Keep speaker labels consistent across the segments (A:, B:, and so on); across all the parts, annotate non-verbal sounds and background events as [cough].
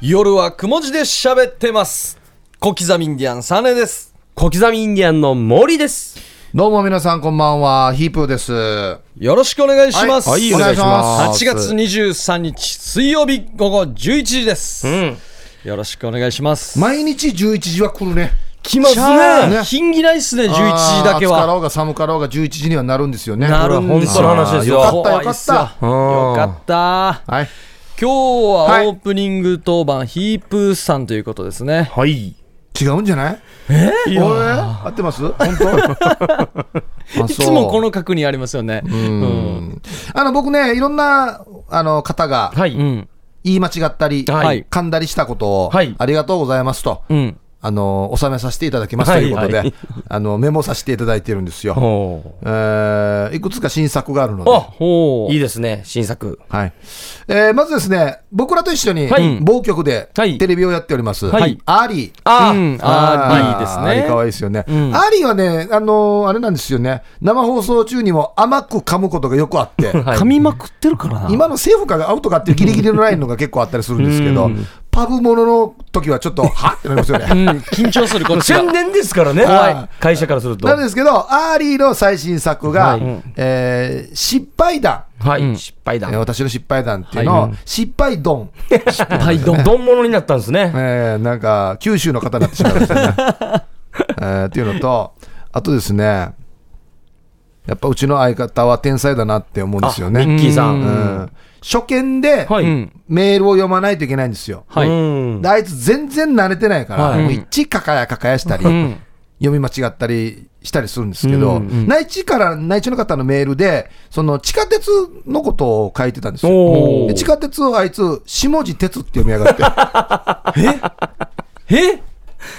A: 夜はくも字で喋ってます小刻みインディアンサネです
B: 小刻みインディアンの森です。
C: どうも皆さんこんばんは、ヒープーです。は
A: よろしくお願いします、
B: はいお願いしま
A: 8月23日水曜日午後11時です、
B: ん
A: よろしくお願いします
C: 毎日11時は来るね。
A: 来ます
B: しゃ
C: ー
A: ね
C: ね
A: 品気ないっすね11時だけ
C: あー暑かろ
A: は
C: うが寒かろうが11時にはなるんですよね。
A: なるんですよ
B: これは本当の話ですよ
C: よかったよかった
A: 怖いっすよよかった
C: はい。
A: 今日
C: は
A: はいオープニング当番、ヒープーさんということですね
B: はい。
C: 違うんじゃないえい合ってます本当
A: いつもこ
C: の。
A: の角にありますよね
C: うんあの、僕ね、いろんな、あの、方が
B: は
A: う
B: い。
A: ん
C: 言い間違ったり、
A: はい
C: 噛んだりしたことを、
B: はい
C: ありがとうございますと。
A: うん
C: あの、収めさせていただきます
B: は
C: と
B: い
C: いうこと
B: は
C: で
B: い、
C: あの、メモさせていただいてるんですよ。
B: おー
C: えーいくつか新作があるので。
B: あ
A: ほう
B: いいですね、新作。
C: はい。えーまずですね、僕らと一緒に
B: はい、
C: 某局で
B: はい
C: テレビをやっております、
B: はい
C: アーリー。
B: あ
A: うん、
C: あ
A: あーいいです
C: アーリ
A: ね
C: ー可愛いですよね。アーリーはね、あのーあれなんですよね、生放送中にも甘く噛むことがよくあって、
B: [laughs] はい
A: 噛みまくってるからな
C: 今の政府かがアウトかっていうギリギリのラインのが結構あったりするんですけど、パブものの時はちょっと、はってなりますよね。
A: うん、緊張する、こっちが
B: 宣。伝ですからね。
C: 怖い
B: はい会社からする
C: [laughs]
B: と。
C: なんですけど、アーリーの最新作が、
B: はい
C: えー失敗談、
B: は
A: うん
B: い。失敗
C: え
B: だ
C: ー。私の失敗談っていうのを、失敗丼、
A: はい、どん
B: どんものになったんですね。
C: えーなんか九州の方になってしまいました
B: [laughs]
C: ね。えーっていうのと、あとですね、やっぱうちの相方は天才だなって思うんですよ
B: ミッ
C: ね。
B: キーさ。
A: う
C: うんん、初見で
B: はい。
A: うん
C: メールを読まないといけないんですよ。
A: はい。
B: うん
C: であいつ全然慣れてないから、
B: はい
C: もういちかかやかかやしたり、
A: ん
C: 読み間違ったりしたりするんですけど、
B: うん
C: 内地から内地の方のメールで、その地下鉄のことを書いてたんですよ。
B: お
C: で地下鉄をあいつ、下地鉄って読みや
B: [laughs]
C: がって。
B: え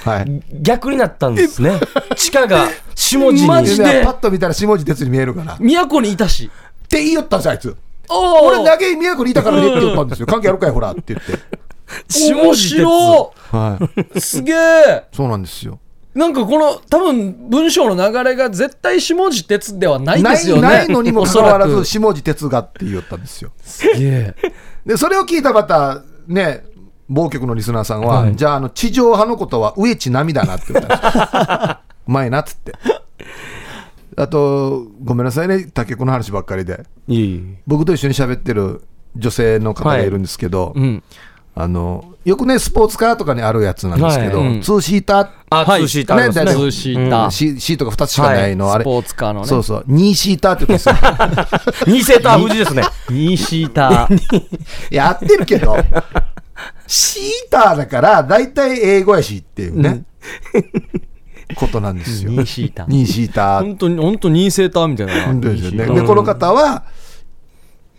C: はい
B: 逆になったんですね。地下が下地
A: マ
B: に。
A: ジ
C: いや
A: で
C: パッと見たら下地鉄に見えるから。って
A: 都にいたし。
C: 言いよったんですよ、あいつ。
A: お
C: 俺、長い都にいたからねって言ったんですよ。関係あるかい、ほらって言って。
A: 面白
C: はい。
A: いすげえ
C: そうなんですよ。
A: なんかこの、多分文章の流れが絶対下地鉄ではない
C: な
A: ですよ
C: い
A: ね。
C: ないのにも
A: お
C: か
A: そ
C: かわ
A: ら
C: ら
A: く
C: ず、。下地鉄がって言いよったんですよ。
A: すげえ。
C: で、それを聞いたまた、ね、某局のリスナーさんは、
B: はい
C: じゃあ、あの、地上派のことは、上地並だなって言ったんですよ。 [laughs] うまいなっつって。あと、ごめんなさいね、竹子の話ばっかりで。
B: いい。
C: 僕と一緒に喋ってる女性の方がいるんですけど、
A: うん。
C: あの、よくね、スポーツカーとかにあるやつなんですけど、
A: はいうん
C: ツーシーター
B: あ、
A: はい
B: ツーシートあります
C: ね
B: ね。
C: 大
A: ツ
C: 丈
A: ー
C: 夫
A: シーター。ス
C: シシートが2つしかないの、あれ、
A: ポーツカーのね。
C: そうそう、2シーターって言うんですよ。
A: [laughs]
B: ニセーター無事ですね。
A: ニーシーター。
C: いや合ってるけど、シーターだから、大体英語やしっていうね、ことなんですよ。
A: ニーシーター。
C: 2シーター
A: 本当に、本当ニーセーターみたいな。
C: ですよ
A: ニー
C: ね。
A: シーター
C: で、この方は、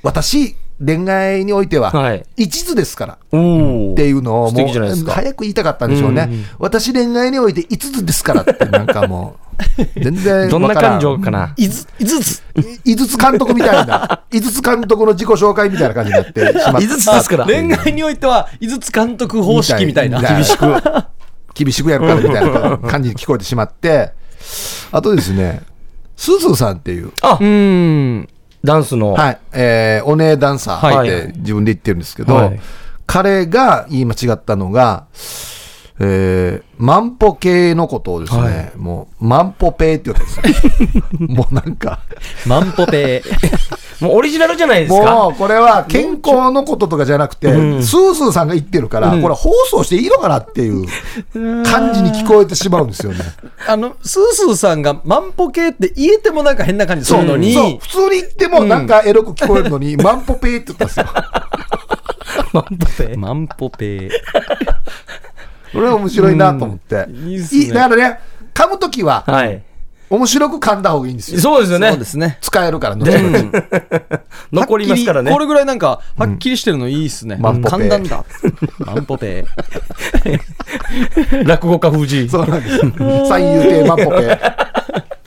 C: 私、恋愛においては、
B: はい
C: 一途ですから。
B: おお
C: っていうのを
B: 素
C: もう
B: 敵じゃないですか
C: 早く言いたかったんでしょうね、私、恋愛において5つですからって、なんかも
B: [laughs]
C: う、全然
B: どんな
C: わから
B: 感情かな。
A: いず、いずつ。
C: い5つ監督みたいな、5つ監督の自己紹介みたいな感じになってし
B: [laughs]
C: まっ
B: 5つですから。
A: 恋愛においては、いずつ監督方式みたいな。
C: 厳しく、厳しくやるからみたいな感じに聞こえてしまって、あとですね、すずさんっていう、
B: あ
A: う、ん。
B: ダンスの。
C: はいえーお姉ダンサーっ
B: は
C: て
B: い
C: 自分で言ってるんですけど、
B: はい
C: 彼が言い間違ったのが、えー、万歩系のことをですね、
B: はい
C: もう、万歩ペーって言ったんですよ。もうなんか、
A: マンポペー。
B: もうオリジナルじゃないですか。
C: もうこれは健康のこととかじゃなくて、スースーさんが言ってるから、これ放送していいのかなっていう感じに聞こえてしまうんですよね。
A: [laughs] あの、スースーさんが万歩計って言えてもなんか変な感じす
C: そう
A: るのに、
C: そう普通に言ってもなんかエロく聞こえるのに、マンポペーって言ったんですよ。
B: マンポペ
A: 万歩計。
C: これは面白いなと思って。
A: いいっすね
C: いだからね、噛むときは
B: はい。
C: 面白く噛んだ方がいいんですよ。
B: そうですよね。
A: そうですね。
C: 使えるから、後々
B: 残りますからね
A: はっきりこ。れぐらいなんか、はっきりしてるのいいっすね。
C: 万歩計
A: 簡単だ。万歩計。 [laughs]
B: 落語家藤井。
C: そうなんです。三遊亭マンポペー。 [laughs]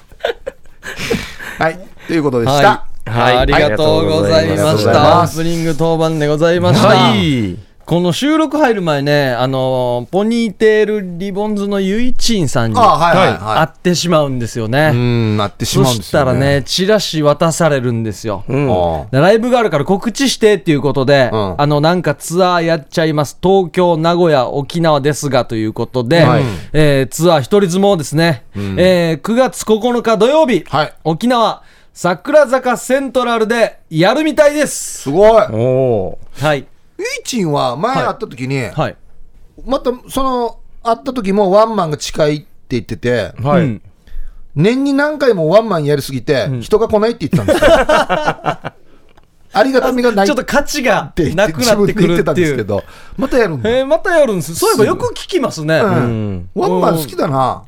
C: はい、ということでした。
A: はい。
B: はい
A: ありがとうござい
C: あ
A: ま
C: りがとうご
A: し
C: ざい
A: た。オ
C: ます
A: ープニング当番でございました。
B: はい。
A: この収録入る前ね、あの、ポニーテールリボンズのゆいちんさんに
C: ああ、はいは
A: 会
C: いは
A: ってしまうんですよ
C: い。う
A: ね。
C: ん、なってし
A: そ
C: まうんで
A: し
C: すよ
A: たらね、チラシ渡されるんですよ。
B: うん。
C: あ
A: でライブがあるから告知してっていうことで、
C: うん
A: あの、なんかツアーやっちゃいます。東京、名古屋、沖縄ですがということで、
C: はい
A: えーツアー一人相撲ですね、えー9月9日土曜日、
C: あはい。
A: 沖縄、桜坂セントラルでやるみたいです。
C: すごい。
B: おお
A: はい。
C: ゆいちんは前会った時に、
A: はい。
C: またその会った時もワンマンが近いって言ってて、
B: ー。はい。
A: うん
C: 年に何回もワンマンやりすぎて、人が来ないって言ってたん
A: [laughs]
C: ですよ。ありがたみがない
A: ちょ
C: っ
A: ってと価値が
C: 言って
A: なくなってく
C: 自分で言っ
A: る
C: てた
A: っ
C: ん
A: て
C: です
A: い
C: け
A: う。
C: ど、またやるんだ、
A: えーまたやるんです。そういえばよく聞きますね。
C: う
A: うん
C: んワンマン好きだな。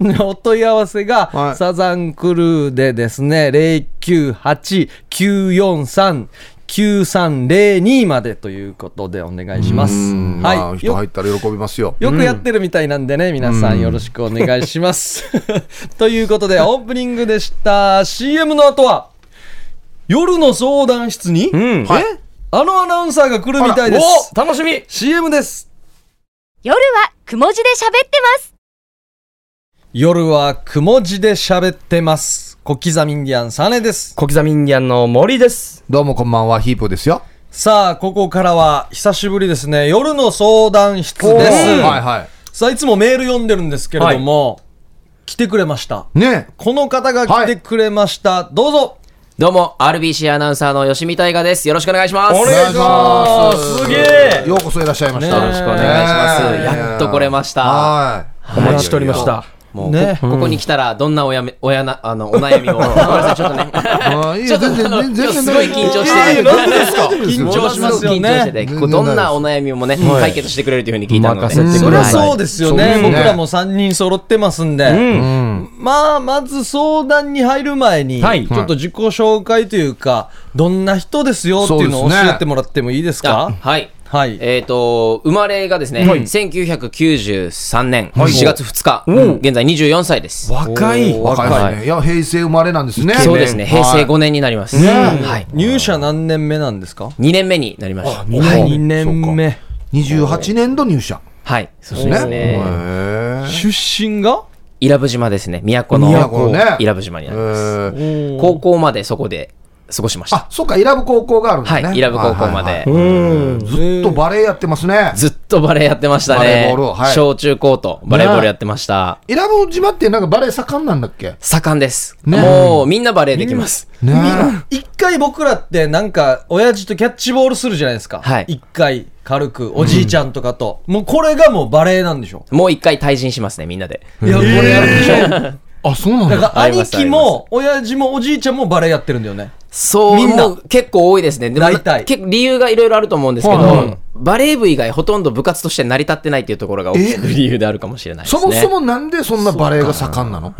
A: ね [laughs] お問い合わせが、
C: はい
A: サザンクルーでですね、098-943-9302までということでお願いします。
C: うん
A: はい、
C: まあ、人
A: よ
C: 入ったら喜びますよ。
A: よくやってるみたいなんでね、皆さんよろしくお願いします。 [laughs] ということで、オープニングでした。CM の後は、夜の相談室に、
B: うん。
C: はい。
A: あのアナウンサーが来るみたいで
B: お
A: す。
B: ー楽しみ
A: CM です。
D: 夜はくも字で喋ってます。
A: 夜はくも字で喋ってます。小刻みインディアンサネです。
B: 小刻みインディアンの森です。
C: どうもこんばんは、ヒープーですよ。
A: さあ、ここからは、久しぶりですね、夜の相談室
C: おー
A: です。
C: はいは
A: さあ、いつもメール読んでるんですけれども、来てくれました。
C: い。ね
A: この方が来てくれました。どうぞ
E: どうも、RBC アナウンサーの吉見大河です。よろしくお願いします。
B: お
C: え。
B: 願いしますすげえ
C: ようこそいらっしゃいまし
A: ね
C: た。
A: えよろしくお願いし
E: ますやっと来れました
C: はい。
B: お待ちしておりました。
E: もう
A: ね
E: こここに来たら、どんなおやめ、おやな、あの、お悩みを。ごめんなさい、ちょっとね。
C: あーいいよ、全然、全然。
E: 今日すごい緊張して
A: いやいやなんでです
C: か緊
A: 緊張しますよ
E: ものごく緊張して
A: ね。
E: てこうどんなお悩みもね、解決してくれるというふうに聞いたので。
B: 任せて
A: そ
B: く
A: り
B: だ
A: ゃ
B: さい
A: そうですよ
C: そうで
A: ね。
C: すね
A: 僕らも3人揃ってますんで。まあ、まず相談に入る前に、
B: はい
A: ちょっと自己紹介というか、どんな人ですよっていうのを教
C: そうですね
A: えてもらってもいいです
E: あ
A: か
E: はい。
A: はい。
E: えっと、生まれがですね、1993年4月2日、現在24歳です。
B: 若い。
C: 若いですね。いや、平成生まれなんですね。
E: そうですね、平成
C: はい
E: 5年になります。はい。
A: 入社何年目なんですか
E: 2年目になりました。
A: 2年目。
C: 28年度入社。
E: はい。そうです
C: へ
E: ね。
C: ー
A: 出身が
E: 伊良部島ですね。都の
C: 宮古ね
E: 伊良部島になります。
C: えー
E: 高校までそこで過ごしました
C: あ、。そうか、伊良部高校があるんだね。
E: はい、伊良部高校
C: は
E: ま
C: い
E: で
C: はい。はい。ずっとバレーやってますね。
E: ずっとバレーやってました
C: バレー
E: ね
C: ボールをは。い
E: 小中高とバレーボールやってました。
C: 伊良部島ってなんかバレー盛んなんだっけ
E: 盛んです。
C: ね
E: もうみんなバレーできます。
C: ね
A: 一回僕らってなんか親父とキャッチボールするじゃないですか。
E: はい
A: 一回軽くおじいちゃんとかと。もうこれがもうバレーなんでしょ。
E: もう一回退陣しますね、みんなで。
A: いや、これやるでしょ。
C: あ、そうなん
A: だ
C: だ。
A: から
E: あり
A: 兄
E: ます
A: 貴も親父もおじいちゃんもバレーやってるんだよね。
E: そう、
A: みんな
E: もう結構多いですね。でも
A: 大体
E: 結構理由がいろいろあると思うんですけ
C: はいは
E: ど、バレー部以外ほとんど部活として成り立ってないっていうところが大きく理由であるかもしれないです
C: そ
E: ね。
C: もそもなんでそんなバレーが盛んなの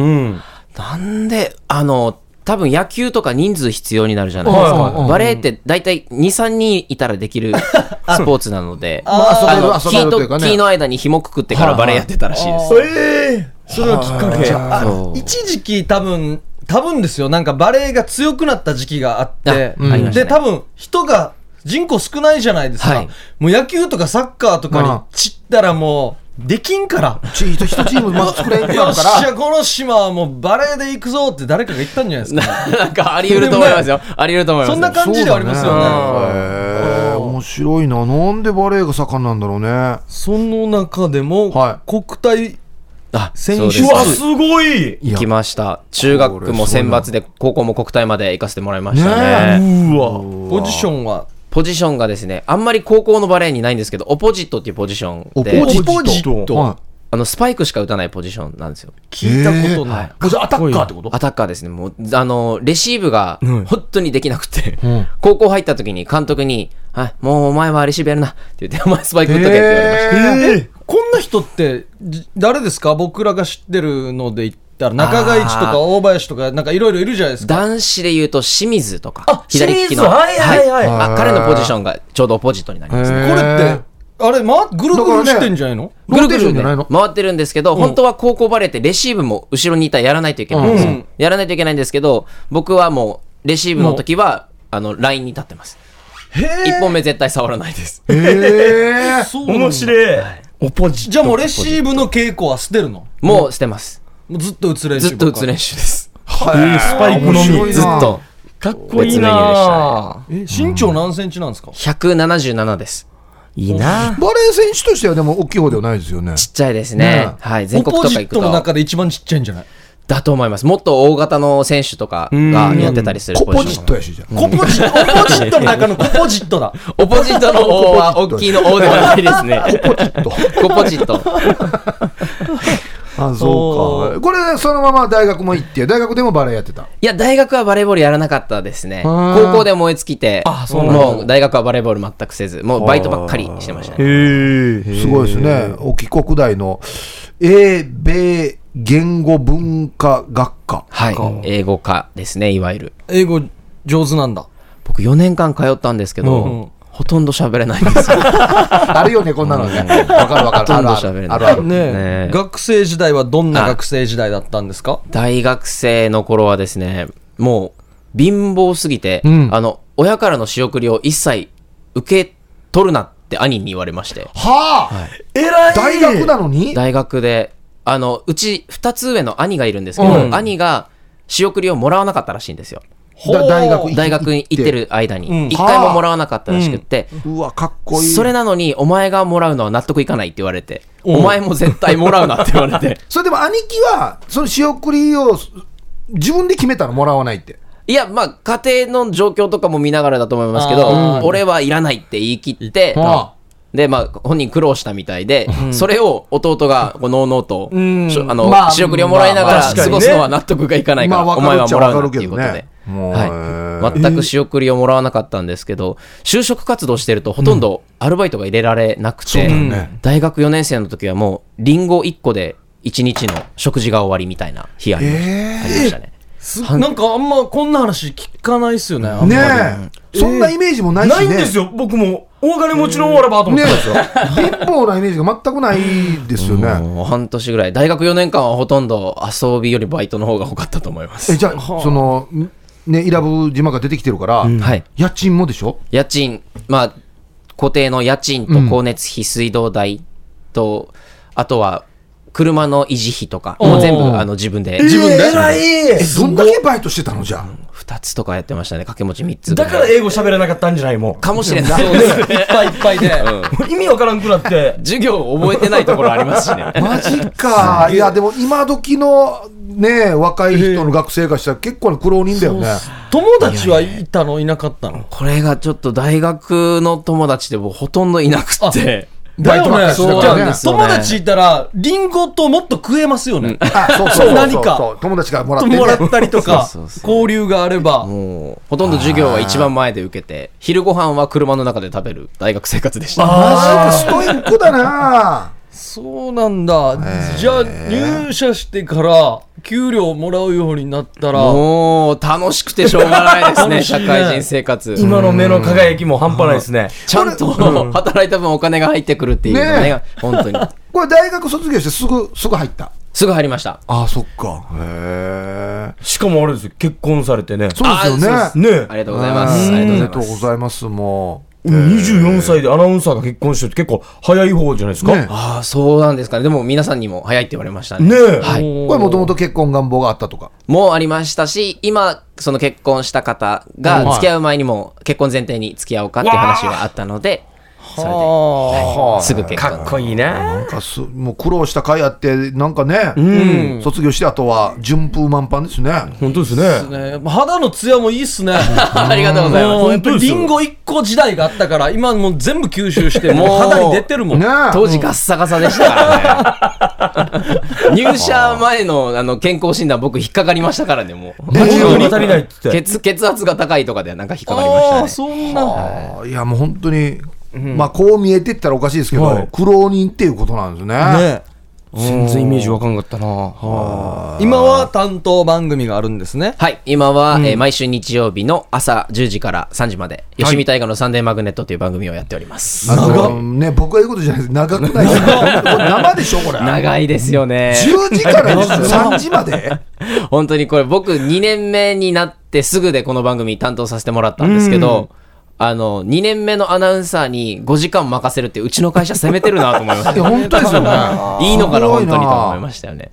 E: なんで、あの、多分野球とか人数必要になるじゃないです
C: はいはいは
E: か
C: い。
E: バレーって大体2、3人いたらできるスポーツなので、
C: まあ、
E: あ
C: 遊べる、
E: の、
C: 遊
E: キ
C: べ
E: ー
C: るという
E: と
C: か
E: キー
C: ね。
E: の間に紐くくってからバレーやってたらしいです。
A: ええそれはきっかけ。あ一時期多分、多分ですよ。なんかバレーが強くなった時期があって。
E: あありまし
A: で、
E: たね
A: 多分人が人口少ないじゃないですか。
E: はい
A: もう野球とかサッカーとか
C: うん
A: に散ったらもうできん
E: [laughs]
A: から。
C: チート一チームまだ作れんか
A: よ
C: ら
A: っしゃ、この島はもうバレーで行くぞって誰かが言ったんじゃないですか。
E: なんかあり得ると思いますよ。あり得ると思いますよ。
A: そんな感じではありますよね
C: そうだねへー面白いな。なんでバレーが盛んなんだろうね。
A: その中でも、
C: は
A: 国体
E: あ、
A: 選
E: そう
A: 手
E: です
A: 数
E: 行
B: ごい
C: いや
E: きました。中学も選抜で、高校も国体まで行かせてもらいましたね。
B: うわ。
A: ポジションは
E: ポジションがですね、あんまり高校のバレーにないんですけど、オポジットっていうポジションで
C: オポ、ジ
A: ポジット
C: は
E: あの、スパイクしか打たないポジションなんですよ。
A: 聞いたことない。
B: これアタッカーってこと
E: アタッカーですね。もう、あの、レシーブが、本当にできなくて、
C: ん
E: 高校入った時に監督に、はい、もうお前はレシーブやるな、って言って、お前スパイク打っとけって言われました。
C: へー
A: えこんな人ってじ誰ですか僕らが知ってるので言ったら中川一とか大林とかなんかいろいろいるじゃないですか。
E: 男子で言うと清水とか、
B: 清水はいはいはい
E: あ彼のポジションがちょうどオポジットになります
A: こ
E: ね。
A: れって、あれ、ま、ぐるぐるしてんじゃないの、
C: ロ
E: ぐ
C: ー
E: る
C: テー
E: ぐ
C: ションじ
E: るね
C: ゃないの
E: 回ってるんですけど、本当は高校バレーってレシーブも後ろにいたらやらないといけないんですよ、
A: うん
E: やらないといけないんですけど、僕はもうレシーブの時は、あの、ラインに立ってます。 1本目絶対触らないです。
C: ええ
A: そうなんだ
B: 面白い。オポジット
A: じゃあもうレシーブの稽古は捨てるの
E: もうしてます。
A: もうずっと打つ練習
E: ずっと打つ練
A: 習
E: 習です。
C: はい
B: スパイクのみ
C: 面白いな
E: ずっと。
B: かっこいい
E: 別メニューで
B: な
E: し
A: え身長何センチなんですか、
E: 177です。
B: いいな
C: バレー選手としてはでも大きい方ではないですよね
E: ちっちゃいです
C: ね
E: ね。はい。全国
A: オ
E: と
A: ポ
E: か
A: ジ
E: 行
A: ッ
E: く
A: トの中
E: と。
A: で一番ちっちゃいんじゃない
E: だと思います。もっと大型の選手とかがやってたりする
C: コ
E: ポ
C: ポ
E: ジ
C: ジ
E: ショ
C: ッ
E: ン。
C: トやしじゃん
A: コポジットオポジットの [laughs] 中のコポジットだ
E: オポジットの王は大きいの王ではないですね。コポジット。
C: あそうかこれそのまま大学も行って大学でもバレーやってた
E: いや、大学はバレーボールやらなかったですね。
C: あー
E: 高校で燃え尽きて、
A: そうなんだ
E: もう大学はバレーボール全くせず、もうバイトばっかりしてましたね。
B: え
C: すごいですね沖国大の英米言語文化学科
E: はい。英語科ですね、いわゆる。
A: 英語上手なんだ
E: 僕4年間通ったんですけど、
A: うん
E: ほとんど喋れないんですよ。
C: あるよねこんなのねわかるわかる
E: ほと
C: あ
E: ん
C: る
E: ど
C: あ
E: 喋れ
C: る
E: な
C: あ
E: い
C: るある
A: ねえ
E: ねえ
A: 学生時代はどんな学生時代だったんですか
E: 大学生の頃はですね、もう貧乏すぎて、あの、親からの仕送りを一切受け取るなって兄に言われまして、
C: はあ
B: らい
C: 大学なのに
E: 大学で、あの、うち2つ上の兄がいるんですけど、兄が仕送りをもらわなかったらしいんですよ。
C: だ大学行き
E: 大学に行ってる間
A: うん
E: に、一回ももらわなかったらしくって、
C: うわかっこいい
E: それなのに、お前がもらうのは納得いかないって言われて、お前も絶対もらうなって言われて、
C: それでも兄貴はその仕送りを自分で決めたのもらわないって
E: いや、まあ、家庭の状況とかも見ながらだと思いますけ
A: あー
E: ど、俺はいらないって言い切って、
C: あ
E: で、まあ、本人苦労したみたいで、それを弟が、こう、のうのうと、
A: ん
E: しょあの、
A: まあ
E: 仕送りをもらいなが
A: まあ
E: ら
A: 確か
E: 過
A: にね
E: ごすのは納得がいかないから、
C: まあ
E: お前はもらうなっていうこと
C: わかるっち。ゃわかる
E: で
C: けどねもう
E: はい、全く仕送りをもらわなかったんですけど、就職活動してるとほとんどアルバイトが入れられなくて、
A: よね
E: 大学4年生の時はもうリンゴ1個で1日の食事が終わりみたいな日がありました,、ありましたね
A: すなんかあんまこんな話聞かないっすよねあんまり
C: ねえそんなイメージもないしね
B: ないんですよ、僕も。大金持ちの終わらばと思
C: ね
B: っ
C: え
B: た。
C: 貧乏なイメージが全くないですよね
E: もう半年ぐらい大学4年間はほとんど遊びよりバイトの方が多かったと思います
C: えじゃあそのね伊良部島が出てきてるから
E: はい
C: 家賃もでしょ
E: 家賃まあ固定の家賃と光熱費、水道代とあとは車の維持費とかもう全部あの自分で
A: 自分で、
B: 偉
C: え
B: い
C: どんだけバイトしてたのじゃあ
E: 2つとかやってましたね掛け持ち3つぐ
B: だ
E: らい
B: から英語喋れなかったんじゃないも
E: かもしれない
A: いっぱいいっぱいで、
B: う。意味わからんくなって。
E: 授業を覚えてないところありますしね
C: マジかいやでも今時のね若い人の学生がしたら結構な苦労人だよね
A: 友達はいたのいなかったの
E: [laughs] これがちょっと大学の友達でもうほとんどいなくて。
A: だ
C: バイトばっ
A: よ
C: か
A: ね
C: りしてた
A: そうじ
C: か
A: ゃ
C: らね
A: あ友達いたら
E: そうなんですよね
A: リンゴともっと食えますよね
C: あそうそうそう
A: 何
C: そうそ
A: か
C: う友達からもらってね
A: もらったりとか
E: そうそうそう
A: 交流があれば
E: もう、ほとんど授業は一番前で受けて、昼ご飯は車の中で食べる大学生活でした。
C: マジかストイックだな
A: そうなんだ、じゃあ入社してから給料もらうようになったら
E: もう、楽しくてしょうがないですね、
A: 楽しい
E: 社
A: ね
E: 会人生活。
B: 今の目の輝きも半端ないですね。
E: ちゃんと、働いた分お金が入ってくるっていうのが
C: ね
E: ね、本当に。
C: これ大学卒業してすぐすぐ入った
E: すぐ入りました。
C: あそっかへえ
B: しかもあれですよ、結婚されてね。
C: そうですよね
E: あそう
B: ね
E: ありがとうございます。
C: うん
E: あり
C: あり
E: が
C: が
E: と
C: と
E: うご
C: う
E: ざいま
C: ご
E: す。
C: ざいますもう
B: 24歳でアナウンサーが結婚してるって結構早い方じゃないですか。
C: ね
B: ね
E: ああ、そうなんですかね。でも皆さんにも早いって言われましたね。
B: え。
E: はい。
C: これもともと結婚願望があったとか
E: もうありましたし、今、その結婚した方が付き合う前にも結婚前提に付き合おうかっていう話があったので、それで、はいすぐ結
B: かっ
E: 婚。
B: こいいな。
C: なんかすもう苦労した甲斐あってなんかね、卒業してあとは順風満帆ですね
B: 本当ですね。
A: ね、肌のツヤもいいっすね。
E: ありがとうござい
A: もう
E: ま
A: やっぱりリンゴ1個時代があったから、今もう全部吸収して、もう肌に出てるもん。
C: ね
A: ね、
E: す。当時ガッサガサでし
A: [laughs]
E: たからね。入社前のあの健康診断僕引っかかりましたからね、もう。
B: 本当に足りないって言って。
E: 血血圧が高いとかでなんか引っかかりました
A: ああ、
E: ね。
A: そんな。
C: あーいやもう本当に、まあこう見えてったらおかしいですけど、
B: はい
C: 苦労人っていうことなんですね
A: ね、
B: 全然イメージわかんかったな。
A: 今は担当番組があるんですね。
E: はい、今は、えー毎週日曜日の朝10時から3時まで、吉見大河のサンデーマグネットという番組をやっております。
C: あのね僕が言うことじゃないです長くないです [laughs] かこれ生でしょこれ
E: 長いですよね。
C: 10時から3時ま [laughs] で
E: [laughs] 本当にこれ僕2年目になってすぐでこの番組担当させてもらったんですけど、あの、2年目のアナウンサーに5時間任せるって、うちの会社攻めてるなと思いました
C: い。や本当ですよね
E: [laughs] いいのかな、
C: すごい
E: 本
C: な
E: 当にと思いましたよね。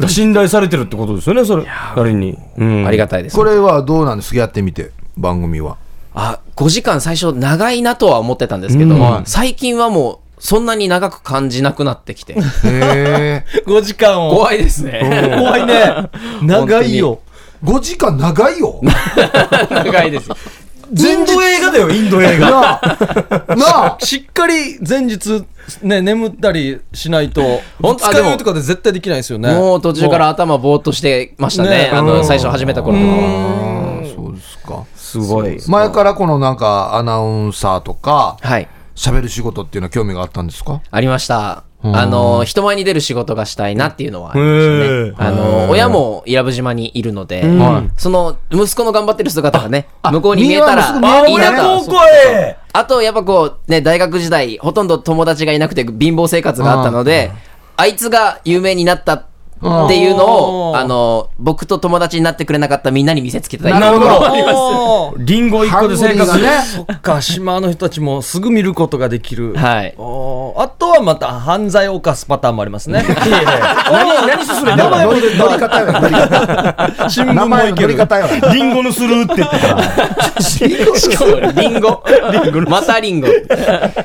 B: だ信頼されてるってことですよね、それ。あれに。うん
E: ありがたいです
C: こ。れはどうなんですかやってみて番組
B: [laughs]
C: は
E: あ、5時間最初長いなとは思ってたんですけど、最近はもう、そんなに長く感じなくなってきて、
C: へえ
A: 5時間を。
E: 怖いですね。
A: 怖い
E: [laughs]
A: ね。長いよ。
C: 5時間長いよ
E: 長いです。
B: インド映画だよ、インド映画。 [laughs]
C: なあなあ
A: しっかり前日、ね、眠ったりしないと、
E: ほんと
A: 二
E: あ
A: 日
E: でも
A: 酔いとかで絶対できないですよね。
E: もう途中から頭ぼーっとしてましたね。
A: ね
E: あ
A: う
E: の、
A: ん
E: 最初始めた頃とかは。
C: あーそうですか
B: すごい。
C: 前からこのなんかアナウンサーとか
E: はい。
C: 喋る仕事っていうのは興味があったんですか
E: ありました。あの、人前に出る仕事がしたいなっていうのはありま
B: へ
E: し
B: ー
E: たね。あの、親も伊良部島にいるので、その、息子の頑張ってる姿がね、向こうに見えたら
C: みんな息子
E: いい
C: 見える
E: な
C: ね
E: と。
B: こへ
E: あと、やっぱこう、ね、大学時代、ほとんど友達がいなくて貧乏生活があったので、あいつが有名になったっていうの
A: うん
E: を、あの、僕と友達になってくれなかったみんなに見せつけてたい
B: なるほど
A: あー
B: リンゴ一個で生活
C: ハングリーがね
A: そっか、島の人たちもすぐ見ることができる。 [laughs]
E: はい。
A: おーあとはまた犯罪を犯すパターンもあります
E: [laughs]
A: ね。
B: 何、何進め
A: 名
B: んだ
A: 前も
C: 乗り乗り方よ乗り方
A: 新聞
C: 名
A: も
C: 前
A: い
C: の
A: け
C: 乗り
A: る。
C: 方よ
B: リンゴのスルーって言ってたから。
E: しかも、 [laughs] リンゴ。またリンゴ。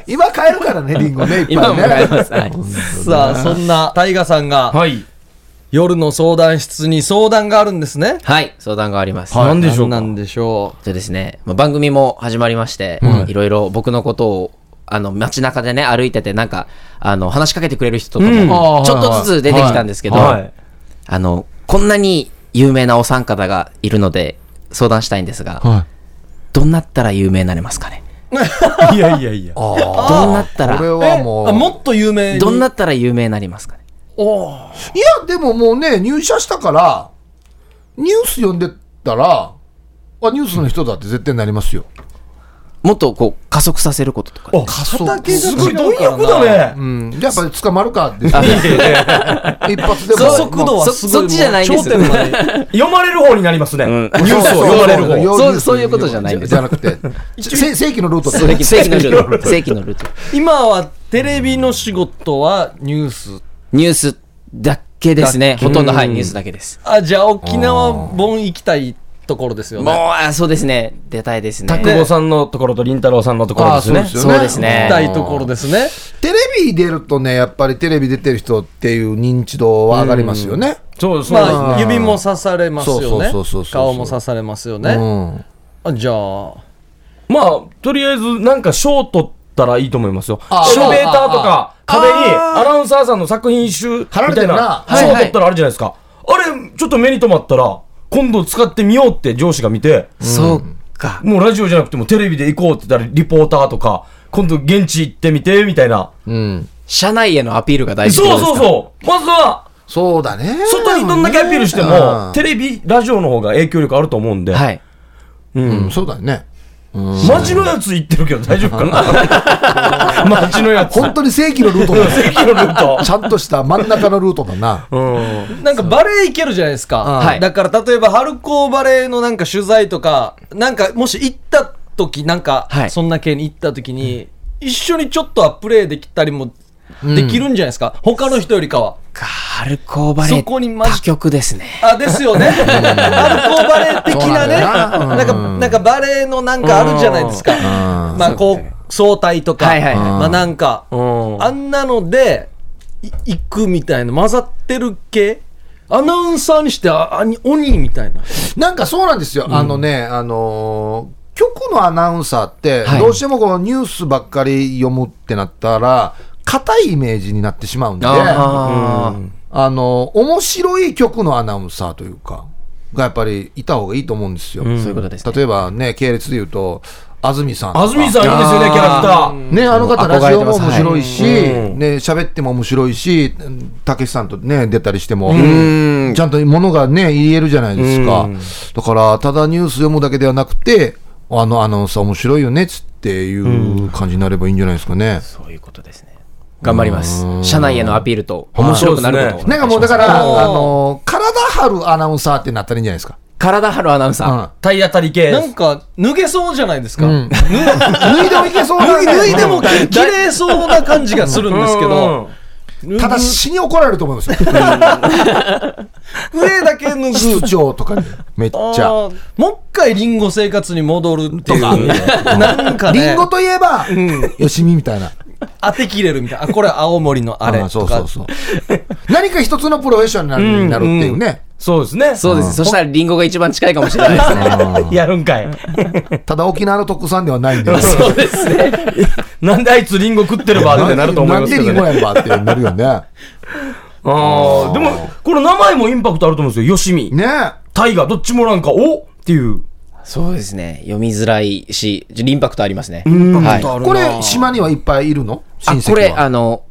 C: 今買えるからねリンゴねいっぱいね
E: 今も買
C: [laughs]
E: えますはい
C: 本当ね
A: さあ、そんな大ガさんが
B: はい。
A: 夜の相談室に相談があるんですね。
E: はい、相談があります。
B: なんでしょう
A: 何
B: か
A: なんでしょ
E: そうですね、まあ、番組も始まりまして、いろいろ僕のことをあの街中でね歩いててなんかあの話しかけてくれる人とか
B: うん
E: も
C: あー
E: ちょっとずつ出てきたんですけど、
B: はい。
E: あのこんなに有名なお三方がいるので相談したいんですが、
C: は
E: どんなったら有名になれますかね
B: いやいやいや。
E: どんなった
C: これ
E: ら
A: う。
C: は
A: え
C: も
A: あ
C: う
A: もっと有名に
E: どんなったら有名になりますかね
A: おー
C: いや、でももうね、入社したから、ニュース読んでたら、あ、ニュースの人だって絶対なりますよ。
E: もっとこう加速させることとかね、
A: 畑が違う
B: す
A: からな
B: ごい貪欲だね。
C: うん。じゃあやっぱり捕まるかって。一発でも。
A: 加速度は
E: そ
A: すごいもう
E: そっちじゃないんです
A: 頂点まで
B: 読まれる方になりますね。ニュー
C: まあ
B: スを読まれる方。
E: そう
C: ニュース
E: そういうことじゃないんです
C: じゃなくて、せ正規のルートだ
E: 正規 [laughs] 正規のルート正規のルート
A: 今はテレビの仕事はニュース。
E: ニュースだけですねほとんどはいニュースだけです
A: あ、じゃあ沖縄本行きたいところですよ
E: もう
A: ね。
E: あそうですね出たいですね
B: 久保さんのところと凛太郎さんのところです
C: あ
B: ね
C: ー。
E: そうですね
A: 行きたいところですね。
C: テレビ出るとね、やっぱりテレビ出てる人っていう認知度は上がりますよね。
B: そうそうです。
A: まあ、指も刺されますよね
C: そうそうそうそうそう。
A: 顔も刺されますよ
C: う
A: ね。
C: ん。
A: あじゃあ、
B: まあ、とりあえず、なんか賞取ったらいいと思いますよ。
C: あ
B: エレベーター
C: 賞
B: とか、壁にアナウンサーさんの作品集みた
C: られて
B: い
C: る
B: な
C: な
E: はい
B: 賞
E: はい
B: 取ったらあるじゃないですか。あれ、ちょっと目に留まったら、今度使ってみようって上司が見て、
E: そうか。
B: もうラジオじゃなくてもテレビで行こうって言ったら、リポーターとか、今度現地行ってみて、みたいな。
C: うん。
E: 社内へのアピールが大事ってこ
B: そう
E: とです
B: そ
E: か
B: うそう。まずは、
C: そうだね。
B: 外にどんだけアピールして
C: う
B: も
C: ん、
B: テレビ、ラジオの方が影響力あると思うんで。
E: はい。
C: うん、そうだね。
B: マジのやつ言ってるけど大丈夫かなマジのやつ。
C: 本当に正規のルートだね。
B: 正規のルート。
C: [laughs] ちゃんとした真ん中のルートだな。
B: うん。
A: なんかバレエいけるじゃないですか。
E: はい
A: だから例えば、春高バレエのなんか取材とか、なんかもし行った時、なんか
E: は、い
A: そんな系に行った時に、一緒にちょっとはプレーできたりもできるんじゃないですか。他の人よりかは。
E: 春高バレー。
A: そこにマジ
E: 他局ですね。
A: あ、ですよね。
C: [laughs]
A: 春高バレー的なね。
C: そうなんだよな
A: なんか、なんかバレエのなんかあるじゃないですか。
C: うん
A: まあ、こう、相対とか、
E: はいはいはい
A: まあなんか、
B: うん
A: あんなので、い行くみたいな、混ざってる系アナウンサーにして、あ、あに鬼みたいな。
C: なんかそうなんですよ、あのね、あのー局のアナウンサーって、
E: はい
C: どうしてもこのニュースばっかり読むってなったら、硬いイメージになってしまうんで、あ
E: あー
C: のー面白い局のアナウンサーというか、がやっぱりいた方がいいと思うんですよ。
E: そういうことですね。
C: 例えばね、系列で言うと、安住さんとか。
B: 安住さんいいですよね、キャラクター。
C: ね、あの方、ラジオも
E: 憧れてま
C: 面
E: す
C: 白いし、
B: はい
C: ね、喋っても面白いし、たけしさんとね、出たりしても、
E: ん
C: ちゃんとものがね、言えるじゃないですか。だから、ただニュース読むだけではなくて、あのアナウンサー面白いよね、つっていう感じになればいいんじゃないですかね。
E: そういうことですね。頑張ります。社内へのアピールと面白くなることをお願いします。
C: なんかもうだから、あの、体張るアナウンサーってなったらいいんじゃないですか。
E: 体張るアナウンサー。
B: 体当たり系。
A: なんか脱げそうじゃないですか、
C: うん
A: 脱
C: 脱いでもいけそうなんだよ
A: 脱いでも綺麗そうな感じがするんですけ
B: うん
A: ど、
C: ただ死に怒られると思いますよ。
A: 上だけ脱ぐ
C: 室長とかに、めっちゃ。
A: あーもう一回リンゴ生活に戻るとか、なんかね、
C: リンゴといえば、よしみみたいな。
A: 当て切れるみたいな、あ、これ青森のあれと
C: う
A: か、
C: んそうそうそう。何か一つのプロフェッショナルになるっていうね。
B: そうですね。
E: そうです。そしたらリンゴが一番近いかもしれないですね。
B: やるんかい。 [laughs]
C: ただ沖縄の特産ではないんで。
E: そうですね。
B: なんであいつリンゴ食ってればってなると思いますけ
C: な
B: ど
C: んでリンゴ
B: ね。
C: やんばってなるよね。
B: あーでも、この名前もインパクトあると思うんですよ。よしみ、
C: ね
B: タイガー、どっちもなんか、おっていう。
E: そうですね。読みづらいし、インパクトありますね。はい。あ、
C: これ、島にはいっぱいいるの親
E: これ、
C: 戚は。
E: あの、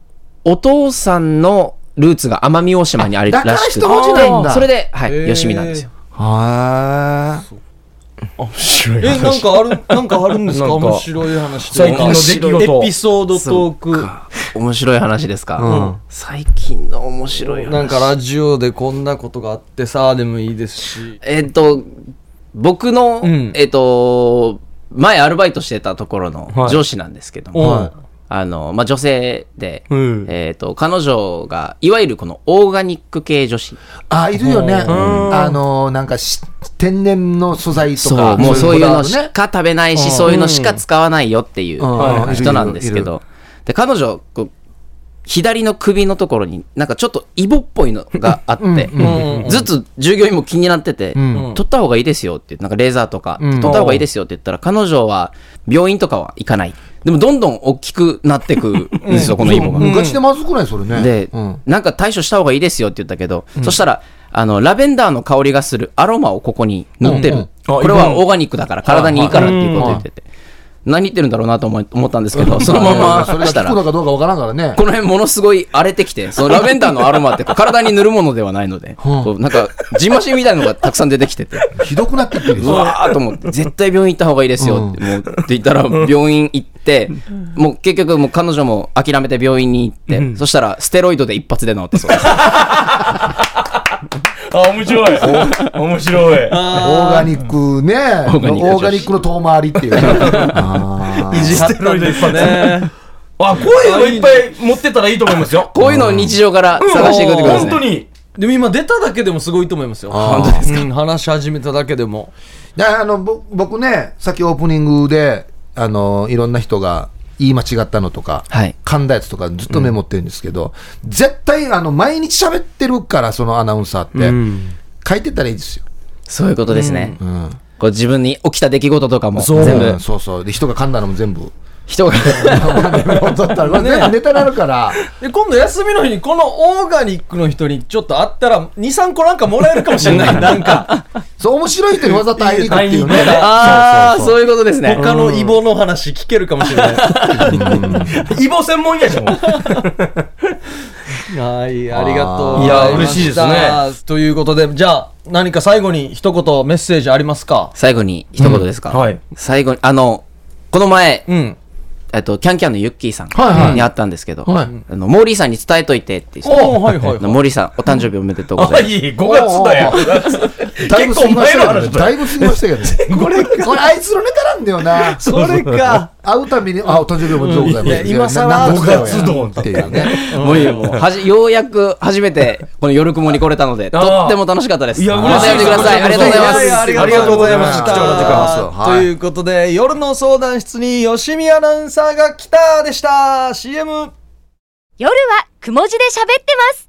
E: お父さんのルーツが奄美大島にある
C: だからら
E: しくて
C: 一文字なんだ。
E: それで、はい、
A: へー
E: よしみなんですよ。
C: はーい。
A: え、なんかある、なんかあるんですか
B: なんか
A: 面白い話とか
B: 最近の出来
A: エピ
B: 事。
A: ソードトーク。
E: 面白い話ですか、
C: うん
E: 最近の面白い話。
A: なんかラジオでこんなことがあってさ、でもいいですし。
E: えっ、と、僕の、
A: うん
E: えっ、と、前アルバイトしてたところの
B: はい
E: 上司なんですけども、
A: はい
E: あの、まあ、女性で、
B: うん
E: えっ、と、彼女が、いわゆるこのオーガニック系女子。
C: あ、いるよね。あの、なんかし、天然の素材と
E: そ
C: か。
E: う、もうそういう
C: こだわ
E: の
C: る
E: し
C: ね。
E: か食べないし、そういうのしか使わないよっていう
C: うん
E: 人なんですけど、で、彼女、こう左の首のところに、なんかちょっとイボっぽいのがあって、ずっと従業員も気になってて、取った方がいいですよって、なんかレーザーとか、取った方がいいですよって言ったら、彼女は病院とかは行かない。でもどんどん大きくなってくんですよ、このイボが。
C: もうガチでまずくないそれね。
E: で、
C: うん
E: なんか対処した方がいいですよって言ったけど、そしたら、あの、ラベンダーの香りがするアロマをここに塗ってる。
C: うんうん
B: あ
E: これ
B: いい
E: は
B: ね
E: オーガニックだから、体にいいからっていうことを言ってて。何言ってるんだろうなと思い思ったんですけど、そのまま
C: それ
E: し
C: が
E: た
C: 聞く
E: ら、
C: の
E: こ
C: かどうかわからんからね。
E: の辺ものすごい荒れてきて、そのラベンダーのアロマってこう体に塗るものではないので、こうなんか、ジンマシンみたいなのがたくさん出てきてて、
C: ひどくなってきてるでし
E: う
C: ょ。
E: わーと思って、絶対病院行った方がいいですよって、もう、って言ったら、病院行って、もう結局、もう彼女も諦めて病院に行って、そしたら、ステロイドで一発で治ったそうです。
B: あ、面白い。面白い。
C: オーガニックね。
E: ーガニック
C: オーガニックの遠回り
E: [laughs]
C: っていう。あー
A: 意地張ったんですね。
B: あ、こういうのいっぱい持ってたらいいと思いますよ。
E: こういうのを日常から探していくってことです
B: 本当
E: ね。
B: に。
A: でも今出ただけでもすごいと思いますよ。
C: あー
A: 本当ですか、うん話し始めただけでも。
C: いやあのぼ僕ね、さっきオープニングであのいろんな人が言い間違ったのとか、
E: はい
C: 噛んだやつとか、ずっとメモってるんですけど、絶対あの毎日喋ってるから、そのアナウンサーって、書いてたらいいですよ。
E: そういうことですね。
C: うん
E: こう自分に起きた出来事とかも
C: う
E: 全
C: う
E: 部
C: ん、そうそうで人が噛んだのも全部 [laughs]
E: 人が、
C: メモ取ったらこれ全部ネタになるから
A: で、今度休みの日にこのオーガニックの人にちょっと会ったら、2、3個なんかもらえるかもしれない。なんか、
C: そう面白い人にわざと会いに行くっていうね
B: 会いに行く
E: [laughs] ああ、そういうこ
A: [laughs]
E: とですね。
A: 他のイボの話聞けるかもしれない。
B: イボ専門やじゃん。
A: はい、ありがとう
B: い
A: ご
B: や
A: ざいま
B: 嬉しい
A: し
B: で
A: た。
B: すね
A: ということで、じゃあ、何か最後に一言メッセージありますか
E: 最後に一言ですか、
B: うんはい
E: 最後に、あの、この前、
A: うん。
E: えっと、キャンキャンのユッキーさん
C: はいはい
E: に会ったんですけど、
C: はい
E: あのモーリーさんに伝えといてって言って、
A: おーはいはいはい
E: あのモーリーさん、お誕生日おめでとうご
B: あ、
E: ざいます。
B: いい、5月だよ。
C: だいぶ過
B: 結構
C: ぎまし
B: 前の
C: たけ
B: 話
C: どね
B: だ
C: だ
B: よ。
C: いぶ過ぎましたけどね
B: これ、
C: これあいつのネタなんだよな
A: それか。
C: [laughs] 会うたびに、あ、お誕生日おめでとうござ
A: う
C: います。
A: んいや今更
C: なんか
B: 五月丼
C: っていうね。
E: もういいよ、もうはじ、ようやく初めて、この夜雲に来れたので、
B: あー
E: とっても楽しかったです。
B: いや
E: またやってください。あ
B: 嬉し
E: り
B: い
E: がとうございます。
A: いややありがとうございまし
C: ありがとうございます貴重な時間
A: た。
C: を
A: ということで、夜の相談室に吉見アナウンサーが来たでした。CM。
D: 夜はくも字で喋ってます。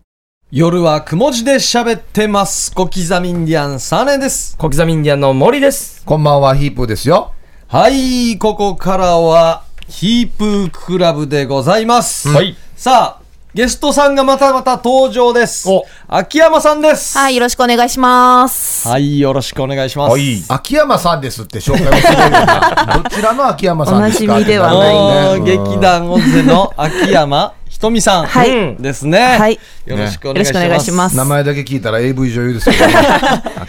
A: 夜はくも字で喋ってます。小刻みインディアンサネです。
B: 小刻みインディアンの森です。
C: こんばんは、ヒープーですよ。
A: はい、ここからは、ヒープークラブでございます。
B: はい。
A: さあ、ゲストさんがまたまた登場です
B: お。
A: 秋山さんです。
F: はい、よろしくお願いします。
A: はい、よろしくお願いします。
B: はい。
C: 秋山さんですって紹介をするような。どちらの秋山さんですか
F: お馴染みではない
A: あ
C: う
A: ー
C: ん
A: 劇団オズの秋
F: [laughs]
A: 山ひとみさん、
F: はい
A: うんですね、
F: はい
A: よろしくお願
F: よろ
A: い
F: し
A: し
F: くお願
A: ま
F: い
A: す
F: します。
C: 名前だけ聞いたら AV 女優ですけどね。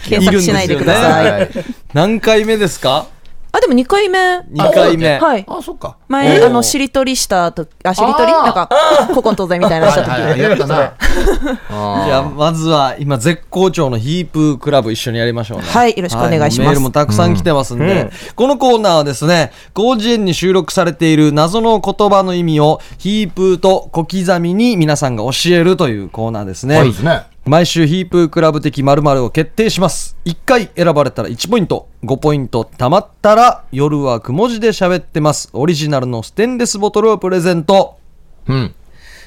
F: 検索しないでくだ
A: いるん
F: さい。
A: 何回目ですか
F: あ、でも2回目。
A: 2回目。
F: はい。
C: あ、そっか。
F: 前、
A: おー
F: あの、しりとりしたとあ、しりとり
C: あー
F: なんか、古今東西みたいなした時。
C: はいはいはいやったな。あ
A: じゃあ、まずは今絶好調のヒープークラブ一緒にやりましょうね。
F: はいよろしくお願いします
A: メールもたくさん来てますんで、このコーナーはですね、広辞苑に収録されている謎の言葉の意味をヒープーと小刻みに皆さんが教えるというコーナーです
C: ー
A: ね。
C: そうですね。
A: 毎週ヒープークラブ的〇〇を決定します。1回選ばれたら1ポイント、5ポイント貯まったら夜はくも字で喋ってます。オリジナルのステンレスボトルをプレゼント。
C: うん。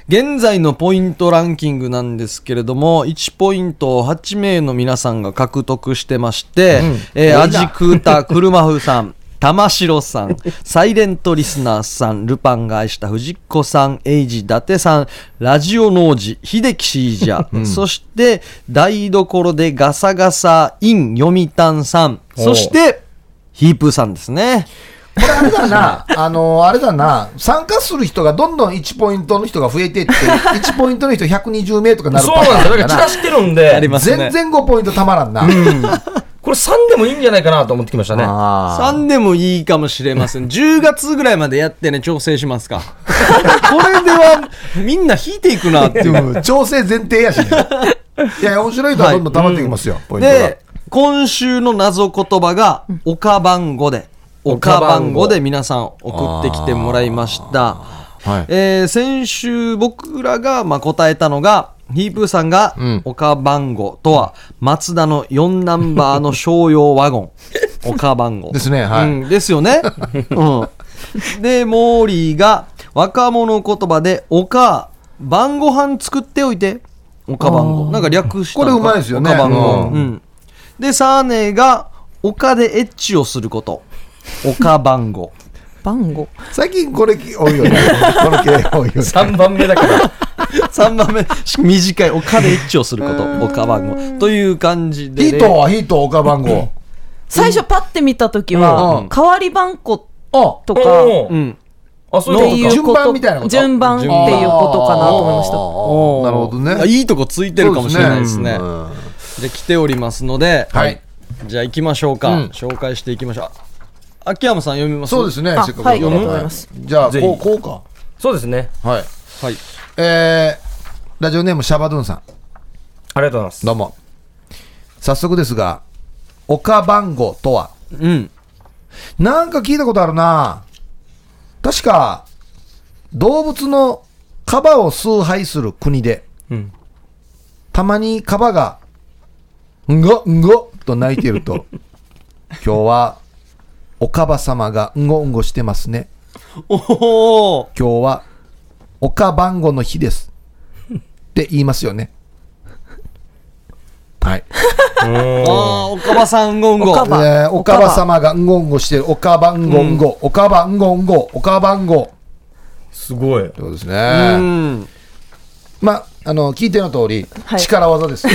A: 現在のポイントランキングなんですけれども、1ポイントを8名の皆さんが獲得してまして、えーアジクータ、クルマフさん、 [laughs] 玉城さん、サイレントリスナーさん、ルパンが愛した藤子さん、エイジ伊達さん、ラジオ農事、秀樹シージャ、そして台所でガサガサイン読谷さん、そしてヒープーさんですね。
C: これあれだな、 [laughs] あのあれだな、参加する人がどんどん1ポイントの人が増えていって、1ポイントの人120名とかなる
B: そう
C: パタ
B: なんです
C: ー
B: よ。
C: ン
B: だから散ら
C: だ
B: してるん
A: あり
B: で、
A: ま
C: な。
A: すね
C: 全然5ポイントたまらんな。
B: これ3でもいいんじゃないかなと思ってきましたね。
C: あ
A: 3でもいいかもしれませ [laughs] ん。10月ぐらいまでやってね、調整しますか。 [laughs] これでは、みんな引いていくなって
C: ー
A: い
C: で
A: う。
C: も調整前提やし、ね、いや、面白い人はどんどんたまっていきますよ、ポイントが。
A: で、今週の謎言葉が、おかばん語で、おかばん語で皆さん送ってきてもらいました。
C: はい
A: えー先週僕らがまあ答えたのが、ヒープーさんが、
C: ん
A: おかばん語とは、松田の4ナンバーの商用ワゴ
C: [laughs]
A: ン、おかばん語。
C: ですねはい
A: うん、ですよ
C: [laughs]
A: ね。うん。で、モーリーが、若者言葉で、おか、晩ご飯作っておいて、おか晩ご。なんか略したのか
C: これうまいですよね
A: おか晩ご。
C: うん
A: うん。で、サーネーが、おかでエッチをすること、おか晩ご。
F: 番号。
C: 最近これ多いよね。 [laughs] この系多いよね。
B: 3番目だから。
A: 3番目、短い、おかでエッチをすること、おか晩ご。という感じで。
C: ヒートはヒート、岡番号。
F: 最初パッて見た時
C: う
F: は
C: ん、
F: 代わり番号
B: あ
F: とか
B: お
A: う
B: ー
A: ん。
B: あ、そう
F: って
B: いう
F: い
B: こ
F: う
C: 順
F: こ
C: 番みたいなこと
F: と、順番っていうことかなと思いました。
C: あーなるほどね。
A: あいいとこついてるかもしれないですね。
C: そうですね
A: で来ておりますので、
C: はい
A: じゃあ行きましょうか、
C: うん
A: 紹介していきましょうあ秋山さん読みます
C: そうですね、
F: あ
C: せっかくだから
F: はいありがとうございます
C: じゃあ、
B: ぜひ
C: こう、こうか。
B: と。そうですね。
C: はい。
A: はい
C: えーラジオネームシャバドゥンさん。
B: ありがとうございます。
C: どうも。早速ですが、オカ番号とは、
A: うん
C: なんか聞いたことあるな確か、動物のカバを崇拝する国で、
B: ん
C: たまにカバが、んご、んご、と泣いていると、今日は、おかば様がんごんごしてますね。
A: おお
C: 今日は、おか番号の日です。 [laughs] って言いますよね。はい。
A: ああおかばさんごんご
F: おかば
C: えーおかば様がんごんごしてる。おかばんごんご。おかばんごんご。おかばんご。
B: すごい。
C: そうです
A: う
C: ね。
A: ん
C: まあ、あの、聞いての通り、
F: はい
C: 力技
F: [laughs]
C: です。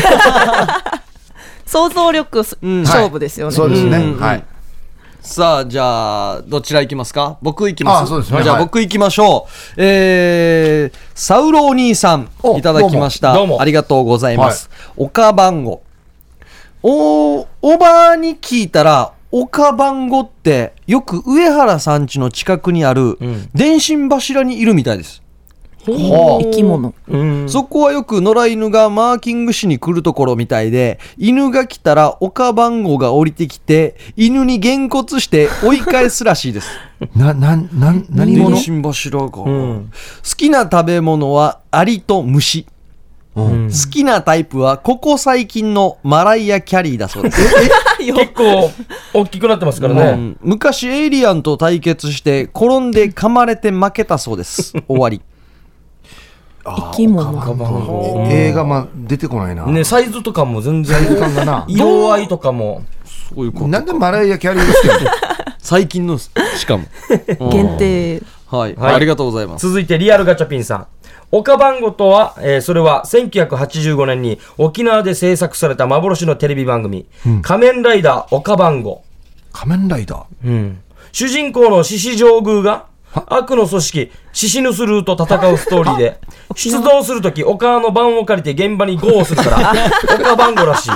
F: 想像力す勝負ですよね。
C: そうですね
A: うんうんうん。
C: はい。
A: さあじゃあどちら行きますか僕行きます
C: あそうですね
A: じゃあ
C: はい
A: 僕行きましょう、えー、サウロお兄さん
C: お
A: いただきました
B: どうもどうも
A: ありがとうございます、おかばんごおおばに聞いたら岡番号ってよく上原さん家の近くにある
B: ん
A: 電信柱にいるみたいです、
C: ほう
F: 生き物。
B: うん。
A: そこはよく野良犬がマーキングしに来るところみたいで、犬が来たら岡番号が降りてきて、犬にげんこつして追い返すらしいです。
C: な、なん、なん、何者
A: 電信柱が、
B: ん
A: 好きな食べ物はアリと虫。
B: うん
A: 好きなタイプはここ最近のマライア・キャリーだそうです。
B: 結構、大きくなってますから
A: う
B: ね。
A: ん昔エイリアンと対決して転んで噛まれて負けたそうです。終わり。
F: 生き物。
C: え映画、ま、出てこないな。
B: ね、サイズとかも全
F: [laughs]
B: 然、
C: 感がな。
B: 色合いとかも。
A: そういう
C: なんでマライア・キャリーです [laughs] けど、
A: 最近の、しかも。
F: 限定。
A: はい、
B: はい
A: ありがとうございます。
B: 続いてリアルガチャピンさん。岡番号とは、えーそれは1985年に沖縄で制作された幻のテレビ番組、仮面ライダー岡番号。
C: 仮面ライダー。
B: 主人公の獅子上宮が悪の組織、獅子ヌスルーと戦うストーリーで、出動するとき、お母の番を借りて現場にゴーするから、おか番号らしい。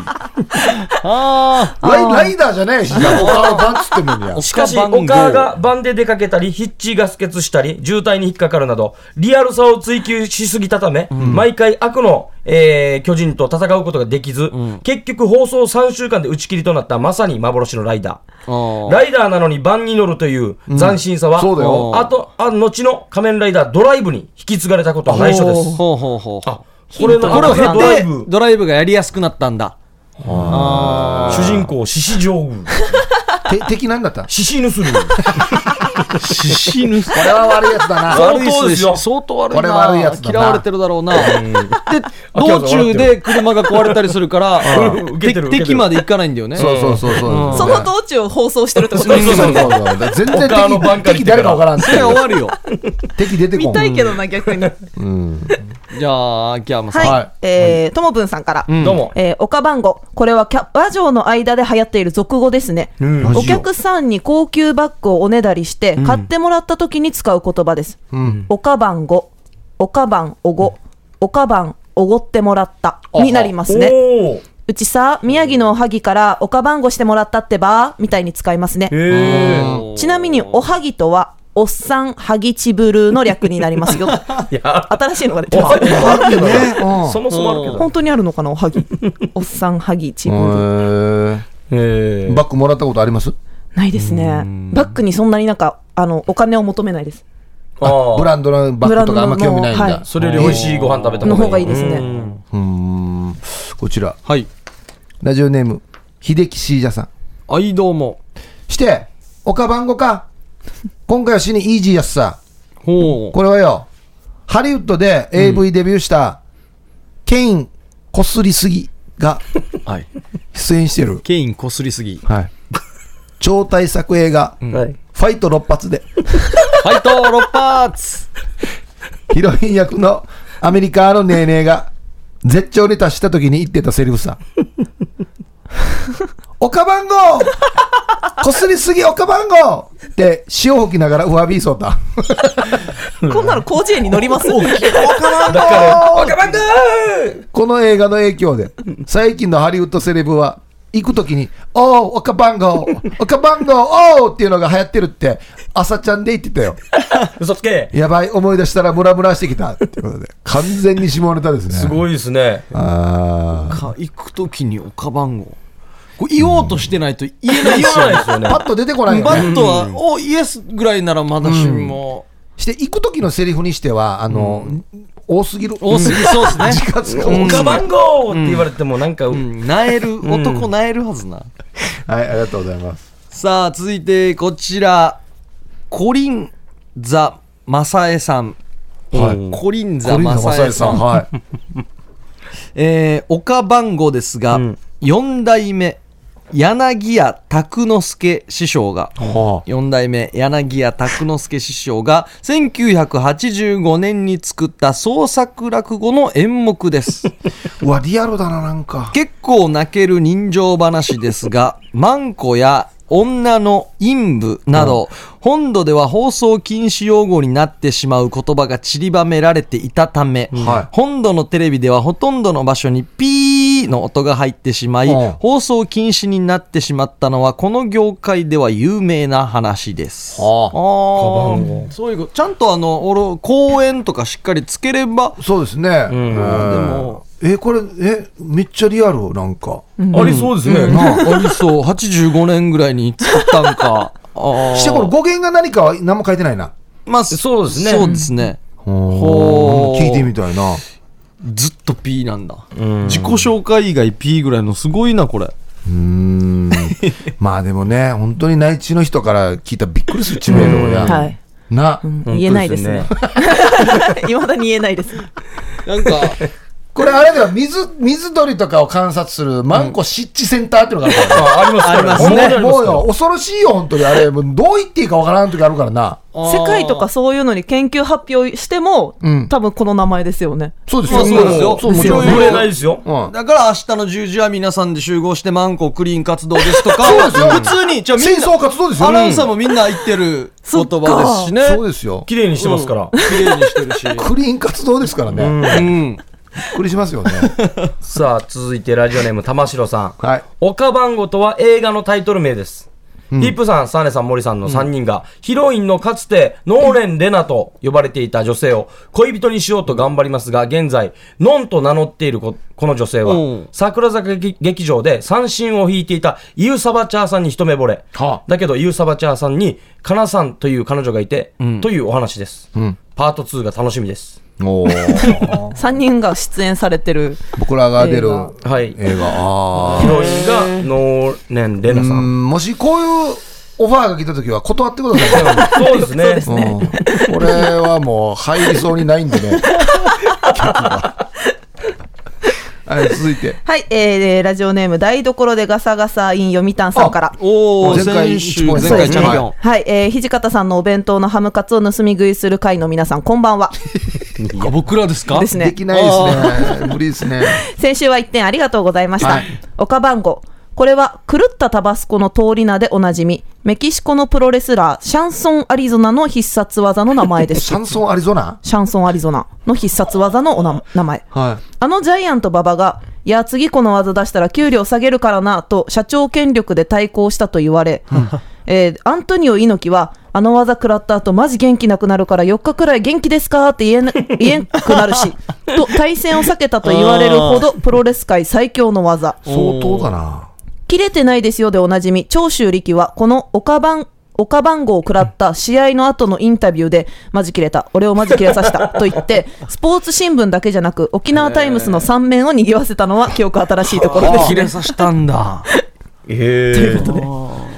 A: あ
C: ライライダーじゃ [laughs] ないし、じゃあ、他のバンっつってもんや。
B: しかし、
A: 丘番号
B: お母が番で出かけたり、ヒッチが不結したり、渋滞に引っかかるなど、リアルさを追求しすぎたため、毎回悪の、えー巨人と戦うことができず、結局放送3週間で打ち切りとなったまさに幻のライダー。
A: あ。
B: ライダーなのに番に乗るという斬新さは、
C: そうだよ
B: あと、あ後の仮面ライダードライブに引き継がれたことは内緒です。
A: ほうほうほう。
B: あ、これの
A: これを経
B: ドライ
A: て
B: ブ、、
A: ドライブがやりやすくなったんだ。
B: 主人公、獅子上宮、
C: て敵なんだった
B: 獅子盗る。
A: 死ぬ。
C: これは悪いやつだな。
B: 相当ですよ
A: 相当悪い
C: これ
A: な。
C: 悪いやつだな
A: 嫌われてるだろうな。で、
B: 秋
A: 道
B: 山さん
A: 中で車が壊れたりするから、
B: うん受け
A: 敵
B: てる受けて
A: 敵
B: る
A: まで行かないんだよね。
C: そうそうそうそう。
F: その道中を放送してるってこと
C: そうそうそうそう。全然
B: 他のバン
C: 敵
B: カリ
C: 敵誰かわからんっ
A: そ
C: て
A: れは終わるよ。
C: 敵出てこ
F: 見
C: ん。
F: たいけどな、逆に。はい。
A: じゃあ、秋山さん。
C: はい
F: えーともぶんさんから。
B: どうも。
F: えー、おか番号。これはキャ和上の間で流行っている俗語ですね。
C: ラジオ
F: お客さんに高級バッグをおねだりして、買ってもらった時に使う言葉です。おか番号。おか番おご。おか番おごってもらった。になりますね。
B: おー
F: うちさ、宮城のおはぎからおかばんごしてもらったってばみたいに使いますね。ちなみに、おはぎとは、おっさんはぎちぶるーの略になりますよ。新しいのが出てます。
C: あるけどね。
B: そもそもあるけど。
F: 本当にあるのかな、おはぎ。おっさんはぎちぶ
C: う
F: るー。
C: んへ
B: え
C: ーバッグもらったことあります
F: ないですね。バッグにそんなになんか、あの、お金を求めないです。
B: ああ
C: ブランドのバッグとかあんま興味ないん
F: ブランドの
C: だ
F: は。
B: それより美味しいご飯食べた
F: の方がいいです
B: ね。
F: ね。
C: うーんこちら、
A: はい。
C: ラジオネーム、秀樹シージャさん。
A: はい、どうも。
C: して、おかばんごか。今回は死にイージーやっさ。
A: ほう。
C: これはよ、ハリウッドで AV デビューした、ケインこすりすぎが
A: はい。
C: 出演してる。
A: ケインこすりすぎ。フ
C: [laughs] はい。超大作映画、
B: はい。
C: ファイト6発で、
A: ァイト6発
C: ヒロイン役のアメリカのネーネーが、絶頂に達した時に言ってたセリフさ。 [laughs] おかばんごこすりすぎおかばんごって潮を吹きながら上火そうた。
F: こんなの広辞苑に載ります
C: この映画の影響で、最近のハリウッドセレブは、行くときに、おう、赤番号、赤番号、おうっていうのが流行ってるって、朝ちゃんで言ってたよ。
B: 嘘つけ
C: やばい、思い出したらムラムラしてきた。ってことで、完全に下ネタですね。
B: すごいですね。
C: あー
A: か行くときにおかばんご。これ言おうとしてないと言えない
B: 言
A: ですよ
B: わ
A: ね
B: ないですよね
C: パ。ッと出てこないよ
A: バ
C: ね。
A: ットは、お、イエスぐらいならまだしも、
C: して、行くときのセリフにしては、あの、多すぎる。
A: 多すぎそうですね。
C: [laughs] 時間使う
B: おか番号って言われてもなんか、
A: うん、なえる、男なえるはずな。
C: はい、ありがとうございます。
A: さあ、続いて、こちら、コリン・ザ・マサエさん。
C: はい
A: コリン・
C: コ
A: ザ・
C: リン
A: マ
C: のマ
A: サ
C: サ
A: エ
C: イさ
A: さ
C: ん、
A: ん。
C: はい。
A: えー、岡番号ですが、4代目、柳家拓之助師匠が、
C: は
A: 4代目柳家拓之助師匠が1985年に作った創作落語の演目です。
C: あうわ、リアルだな、なんか。
A: 結構泣ける人情話ですが、マンコや女の陰部など、本土では放送禁止用語になってしまう言葉が散りばめられていたため、
C: は
A: 本土のテレビではほとんどの場所にピーの音が入ってしまい、
C: うん
A: 放送禁止になってしまったのは、この業界では有名な話です。
C: はあ
A: あ
B: カバン
A: あ、そういうこと。ちゃんとあの、俺、公演とかしっかりつければ、
C: そうですね。うん、で
A: も、
C: え、これ、え、めっちゃリアル、なんか。
B: ありそうですね。
A: なあ、ありそう。85年ぐらいに作ったん [laughs] か。ああ。
C: して、この語源が何かは何も書いてないな。
A: まあ、
B: そうですね
A: そうですね。ほ
C: ほ
A: う
C: 聞いてみたいな。
A: ずっと P なんだ。自己紹介以外 P ぐらいのすごいな、これ。
C: うーん。
A: [laughs]
C: まあでもね、本当に内地の人から聞いたらびっくりする知名度や。
F: はい。
C: な、
F: [laughs] 言えないですね。いまだに言えないです。
A: なんか、
C: これあれでは水、水鳥とかを観察するマンコ湿地センターっていうのがあるからね
B: ありますから
A: ありますね
B: 本当にありま
C: も
B: す
C: う
B: から
C: よ、恐ろしいよ、本当に。あれ、もうどう言っていいかわからん時あるからな。
F: 世界とかそういうのに研究発表しても、
C: うん
F: 多分この名前ですよね。
C: そうです
A: まあ
C: よ。
A: そうですよ
C: そう、もちろん。
B: 売れないですよ。
C: うん
A: だから明日の10時は皆さんで集合してマンコクリーン活動ですとか、
C: そうですよ
A: 普通に、じゃあみん
C: 清
A: な
C: 掃、活動ですよ。
A: アナウンサーもみんな言ってる言葉ですしね。
C: そうですよ。
B: 綺麗にしてますから。
A: 綺麗にしてるし。
C: クリーン活動ですからね。びっ
A: [laughs] うん。
C: くりしますよね。
B: さあ、続いてラジオネーム、玉城さん。
C: はい。
B: 岡番号とは映画のタイトル名です。ヒップさん、サーネさん、森さんの3人が、ヒロインのかつて、ノーレン・レナと呼ばれていた女性を恋人にしようと頑張りますが、現在、ノンと名乗っているここの女性
A: う
B: は
A: ん、
B: 桜坂劇劇場で三振を引いていたユーサバチャーさんに一目惚れ。
C: は
B: だけど、ユーサバチャーさんに、かなさんという彼女がいて、というお話です。パート2が楽しみです。
C: おー
F: 3人が出演されてる。
C: 僕らが出る
B: はい。
C: 映画。あ
B: ヒ
C: ー
B: ロインがノーレン・レ
C: う
B: ナさん。
C: んもしこういうオファーが来た時は断ってくださいね。
B: そうですね。
C: うん、これはもう入りそうにないんでね。曲がはい、続いて。
F: はい、えー、ラジオネーム、台所でガサガサイン読谷さんから。
A: おー、
C: 前回
A: 先週、
C: 一
A: 前
C: 本
A: 回チャンピオン。
F: はい、えー、土方さんのお弁当のハムカツを盗み食いする会の皆さん、こんばんは。
A: いや僕らですか
F: ですね
C: できないですね。無理ですね。
F: 先週は1点ありがとうございました。
C: はい
F: 岡番号。これは狂ったタバスコの通り名でおなじみ、メキシコのプロレスラー、シャンソン・アリゾナの必殺技の名前で
C: [laughs]
F: す。
C: シャンソンアリゾナ
F: シャンソン・アリゾナの必殺技のおな名前。
C: はい。
F: あのジャイアント馬場が、いや、次この技出したら給料下げるからな、と社長権力で対抗したと言われ、えーアントニオ猪木は、あの技食らった後、マジ元気なくなるから4日くらい元気ですかって言
C: [laughs]
F: えな言えんくなるし、と対戦を避けたと言われるほど、プロレス界最強の技。
C: 相当だな。
F: 切れてないですよでおなじみ、長州力は、この岡番、岡番号を食らった試合の後のインタビューで、マジ切れた、俺をマジ切れさせた、と言って、スポーツ新聞だけじゃなく、沖縄タイムスの3面を賑わせたのは、記憶新しいところで
A: あー
F: す
A: 切
F: ね
A: れ。させたんだ。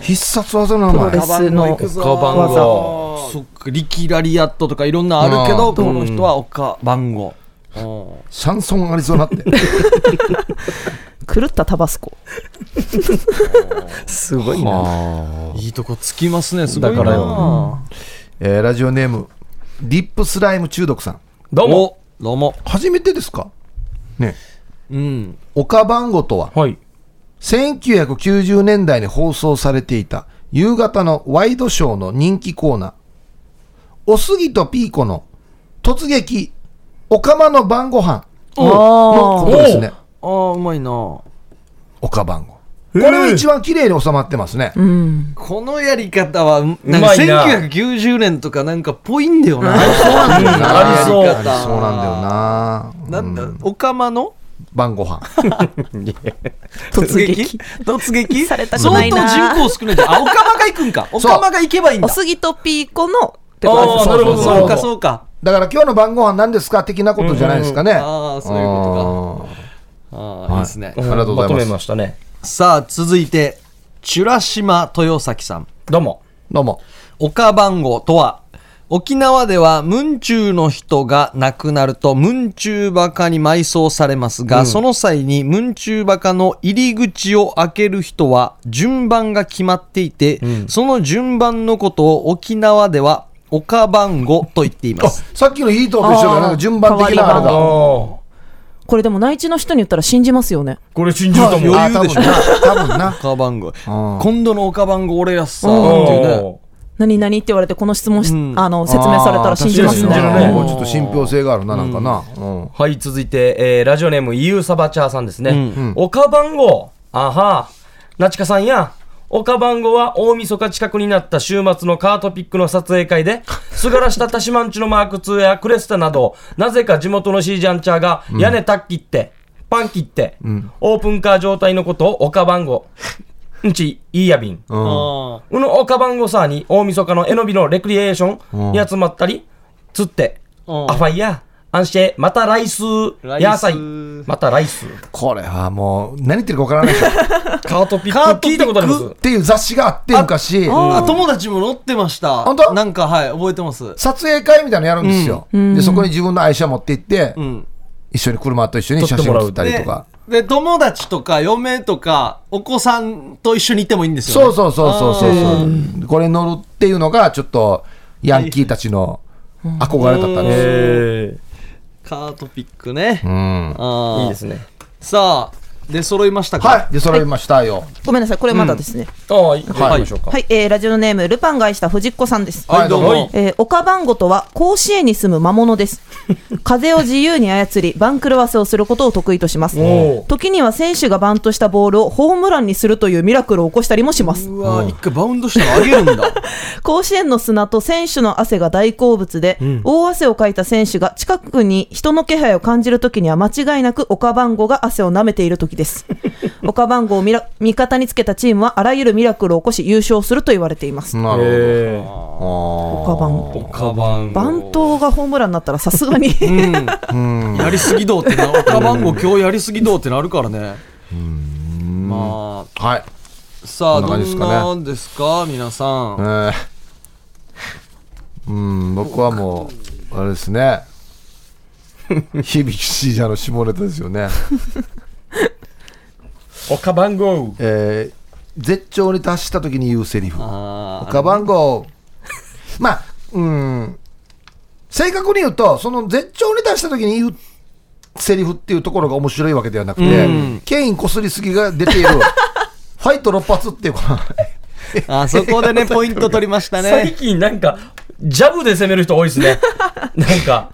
C: 必殺技の名
F: プロ
C: 前
F: レス。の
B: カバン
F: 技。
B: ゴ
A: そっか、リキラリアットとかいろんなあるけど、
C: うん
A: この人はおか番号。おー
C: シャンソンアリゾナって。
F: 狂ったタバスコ。
B: すごいな。
C: あー
A: いいとこつきますね、すごいな。
B: だからよ
C: えーラジオネーム、リップスライム中毒さん。
B: どうも。
A: おどうも。
C: 初めてですかね。
A: うん。
C: 岡番号とは、
B: はい。
C: 1990年代に放送されていた夕方のワイドショーの人気コーナー、おすぎとピーコの突撃、おかまの晩ご飯のことですね。
A: ああ、うまいな。こ
C: おか晩ご。これは一番綺麗に収まってますね。
A: のやり方は、なんか
B: うまいな
A: 1990年とかなんかぽいんだよな。
C: そうなんだよな
B: ありそう
C: ありそうなんだよな。
A: なんだ、おかまの
C: 晩ご飯。
F: 突撃。
A: 突撃
F: されたく
A: 相
F: な
A: 当
F: い
A: 人
F: な
A: 口少ないじゃん。あ、おかまが行くんか。おかまが行けばいいん
F: お
A: だ。
F: すぎとピーコの、って
B: あ
F: こと
B: あ、なるほど。
A: そう
B: な
A: か、
B: るほど
A: そうか。
C: だから今日の晩ご飯何ですか的なことじゃないですかね。
A: ああ、そういうこと
C: あー
A: か。ああ、
C: はい
A: い
C: い
A: ですね
C: あ。りがとうございま
B: まと
C: す
B: めましたね。
A: さあ、続いて、チュラ島豊崎さん。
B: どうも。
C: どうも。
A: 岡番号とは、沖縄では、ムンチューの人が亡くなると、ムンチューバカに埋葬されますが、その際に、ムンチューバカの入り口を開ける人は、順番が決まっていて、その順番のことを沖縄では、岡番号と言っていま
C: あ
B: [laughs]
A: す。
C: さっきのヒートーと一緒だなんか順番的なあれ
B: ああ
C: だ。
B: ー。
F: これでも内地の人に言ったら信じますよね。
B: これ信じると思う。
A: あ余裕でしょ
C: あ多分な。
A: [laughs] 岡
C: 多分な。
A: 番号。
C: ん
A: 今度の岡番号俺やっさ、
B: うん
A: っていうね。
F: 何々って言われて、この質問し、
A: うん
F: あの、説明されたら信じます
B: あー確かに信じるね
F: ね。
C: もうちょっと信憑性があるな、なんかな。うん
B: はい、続いて、えーラジオネーム、イユーサバチャーさんですね。
A: うん
B: 岡番号。あは。なちかさんや。岡番号は大晦日近くになった週末のカートピックの撮影会
A: [laughs]
B: で、菅原したタシマンチのマーク2やクレスタなど、なぜか地元のシージャンチャーが屋根タッキって、パン切って、オープンカー状態のことを岡番号。うんち、いいやびん。
A: あ
B: うの岡番号さーに大晦日のえのびのレクリエーションに集まったり、釣って、
A: うん
B: アファイや、アンシェ、また来週、
A: 来週
B: 野菜、また来週。
C: これはもう、何言ってるか分からないでしょ。っ
B: カートピッ
A: カートピック
B: 聞いたことあります。
C: ていう雑誌があって、昔、
A: あー、友達も乗ってました。
C: 本当
A: なんか、はい、覚えてます。
C: 撮影会みたいなのやるんですよ。で、そこに自分の愛車持って行って
A: う、ん。
C: 一緒に車と一緒に
B: 撮
C: 写
B: って
C: 真
B: もら
C: を
B: う
C: 撮ったりとか。
A: でで友達とか嫁とかお子さんと一緒に行ってもいいんです
C: そ
A: よ
C: う
A: ね
C: そうそうそうそうそう。これ乗るっていうのが、ちょっと、ヤンキーたちの憧れだったんです。
B: え
A: カートピックね、
C: うん。
A: あー
B: いいですね。
A: さあ出揃いましたか
C: はい。で、揃いましたよ。
F: ごめんなさい、これまだですね。
B: ああ、いい行きましょうか。
F: はい、えーラジオネーム、ルパンが愛した藤子さんです。
C: はい、どう
B: は
C: も
B: い。
F: えー、オカバンゴとは甲子園に住む魔物です風を自由に操り番狂わせをすることを得意とします
B: おー
F: 時には選手がバントしたボールをホームランにするというミラクルを起こしたりもします
A: うわ一回バウンドしたら上げるんだ [laughs]
F: 甲子園の砂と選手の汗が大好物で、大汗をかいた選手が近くに人の気配を感じるときには間違いなく岡番号が汗を舐めている時です岡番号をミラ味方につけたチームはあらゆるミラクルを起こし優勝すると言われています
C: なる
B: ええ
C: ほど。
F: 岡番号
A: カバン
F: バントがホームランになったらさすがに
A: やりすぎどうってな岡番号今日やりすぎどうってなるからねまあ
C: はい。
A: さあ
C: こ
A: ど
C: んな感じです
A: ん
C: かね
A: なんですか皆さ
C: え
A: ん
C: ーうん、僕はもう、あれです [laughs] ね。響きシージャーの下ネタですよね。
B: 岡番号。
C: えー絶頂に達した時に言うセリフ。
A: あ
C: カバン号、まあ、うん、正確に言うと、その絶頂に達した時に言うセリフっていうところが面白いわけではなくて、ケインこすりすぎが出てい
B: [laughs]
C: る、ファイト6発っていうこの、
A: ーあそこでねポイント取りま [laughs] した
B: 最
A: ね
B: 近なんか、ジャブで攻める人多いです [laughs] ね。なんか。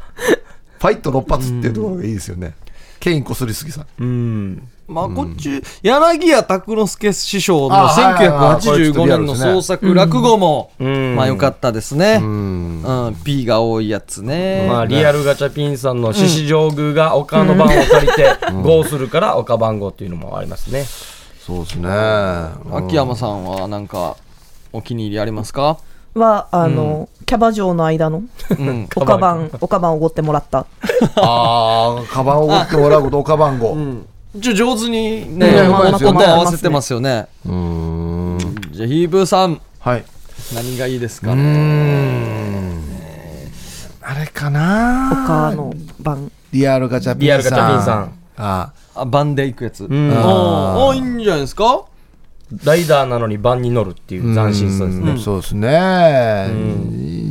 C: ファイト6発っていうところがいいですよね。ケインこすりすぎさん。
B: うん。
A: まあこっち柳家拓之助師匠の
C: あはいはいはい
A: 1985年の創作落語も
B: ん
A: まあ良かったですね
C: うん。
A: うん P が多いやつね
B: まあ、リアルガチャピンさんの獅子上宮が丘の番を借りて、ゴーするから丘番号っていうのもありますね。
C: そうですね。うん
A: 秋山さんはなんかお気に入りありますか
F: はあの、キャバ嬢の間の
A: うん
F: [laughs] おかばんおかばんおごってもらった
C: ああ、カバンを持ってもらうこと、おカバン号。う
A: ちょ上手にね
C: ねうまいです
A: 音
C: よね
A: 合わせてますよね
C: ーん。
A: じゃあヒーブーさん
C: はい。
A: 何がいいですか
C: うー
A: ね
C: ん。あれかな
F: おかの番
C: リアルガチャピンさん。
B: リアルガチャピンさん
C: あ
A: あバンでいくやつ
B: ん
A: ああいいんじゃないですか
B: ライダーなのに番に乗るっていう斬新さです
C: う
B: ね
C: ん。そうですね。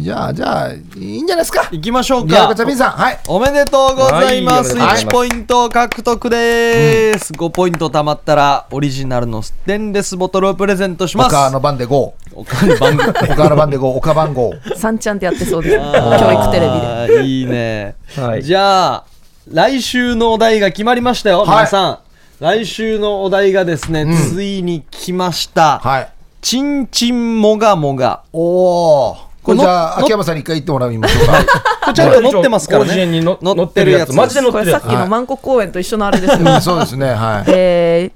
C: じゃあ、じゃあ、いいんじゃないですか。
A: 行きましょう
C: リアル
A: か
C: ガチャピンさん。はい。
A: おめでとうございます。
B: はい
A: 1ポイント獲得です。5ポイント貯まったら、オリジナルのステンレスボトルをプレゼントします。
C: 他の番で5。お
A: お金番組
C: 他の番で5。岡番号。
F: さんちゃんってやってそうです教育テレビで
A: ビで。いいね。
B: はい
A: じゃあ、来週のお題が決まりましたよ、
C: い
A: 皆さん。来週のお題がですね、ついに来ました。
C: はい。
A: ちんちんもがもが。
C: おー。これじゃあ、
A: の
C: 秋山さんに一回言ってもらいましょうか。
A: これちゃんと乗ってますからね。
B: 甲子園にの
A: 乗
B: 乗
A: っ
B: ってて
A: る
B: る
A: や
B: や
A: つ
B: つ。マジで乗っ
F: こ
B: て
F: れ
B: る
F: さ
B: やつ
F: っき。の万国公演と一緒のあれです [laughs] よ、
C: うんそうですね。はい。
F: え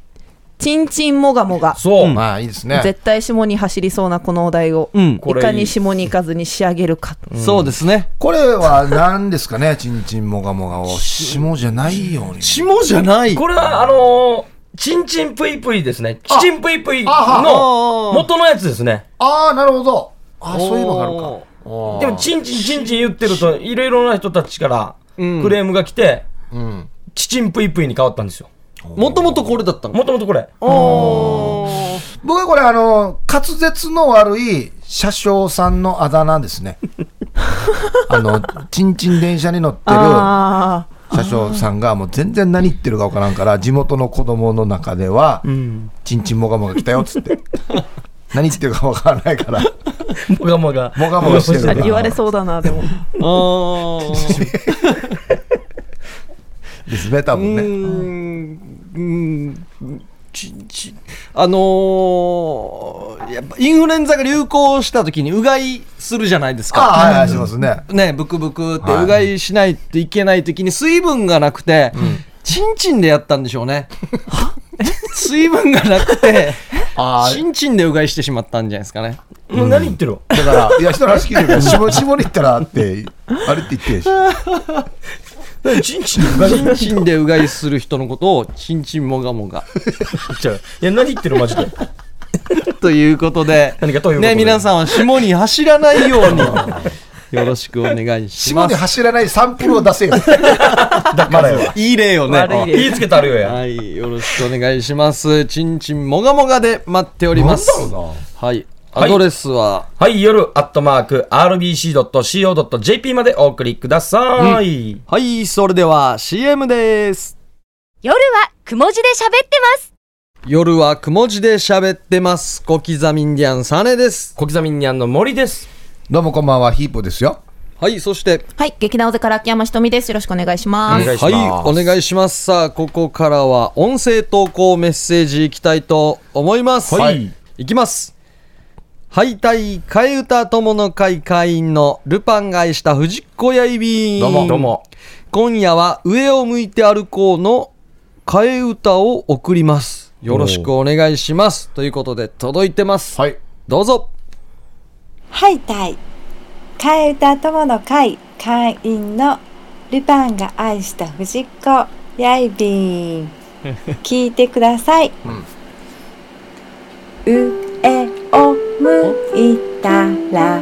F: ー、ちんちんもがもが
B: そう。
C: まあ、いいですね。
F: 絶対下に走りそうなこのお題を、
A: うん
B: これ
F: いかに下に行かずに仕上げるか、
A: そうですね。
C: これは何ですかね、ちんちんもがもがを。下じゃないように。
A: 下じゃない。
B: これは、あのー、ちんちんぷいぷいですね。ちちんぷいぷいの元のやつですね。
C: ああ、なるほど。ああ、そういうのがあるか。
A: おー
C: あー
B: でも、ちんちんちんちん言ってると、いろいろな人たちから
A: うん
B: クレームが来て、
C: うん。
B: ちちんぷいぷいに変わったんですよ。
A: もともとこれだったの
B: もともとこれ。
C: 僕はこれ、あの、滑舌の悪い車掌さんのあだ名ですね。あの、ちんちん電車に乗ってる車
F: あ
C: 掌さんが、もう全然何言ってるかわからんから、地元の子供の中では、ちんちんもがもが来たよっつって。何言ってるかわからないから、
B: もがもが。
C: もがもがしてる
F: あ
C: から。
F: 言われそうだなでも
A: あー
C: ですね、多
A: う
C: 分ね。
A: ーんうーんちちあのーやっぱインフルエンザが流行した時にうがいするじゃないです
C: ああ、はいは
A: か
C: い、しますね。
A: ねブクブクって
C: はいう
A: がいしないといけない時に水分がなくて、ちんちんでやったんでしょうね水分がなく [laughs] て
C: あ
A: ちんちんでうがいしてしまったんじゃないですかね
B: もう [laughs] 何言ってるの
C: あ、だから、いや、人の話聞いてるから、下下に行ったらって、あれって言ってるし。
B: ちんちんが
A: ちんちんでうがいする人のことをちんちんもがもが
B: ちゃう。いや、何言ってるマジで。
A: ということで
B: 何かということで
A: ね、皆さんは霜に走らないようによろしくお願いし
C: 下
A: ま
C: に
A: す。
C: 走らないサンプルを出せよ。
B: だからよ。
A: いい例よね。
B: 言いつけたるよや。
A: はい、よろしくお願いします。ちんちんもがもがで待っております。はい。アドレスは、
B: はい、夜、アットマーク、rbc.co.jp までお送りください。
A: はい、それでは CM です。
D: 夜はくも字で喋ってます。
A: 夜はくも字で喋ってます。小刻みインディアンサネです。
B: 小刻みにゃんの森です。
C: どうもこんばんは、ヒープですよ。
A: はい、そして、
F: はい、劇団大から秋山ひとみです。よろしくお願いしま
B: お
F: す。
B: 願いします
A: はい、お願いします。さあ、ここからは音声投稿メッセージいきたいと思います。
B: はい。
A: いきます。敗退、替え歌友の会会員のルパンが愛した藤子やいびん。
B: どうも。どうも。
A: 今夜は上を向いて歩こうの替え歌を送ります。よろしくお願いします。ということで届いてます。
C: はい。
A: どうぞ。
G: はい、たい。替え歌友の会会員のルパンが愛した藤子やいびん。聞いてください。上を向いたら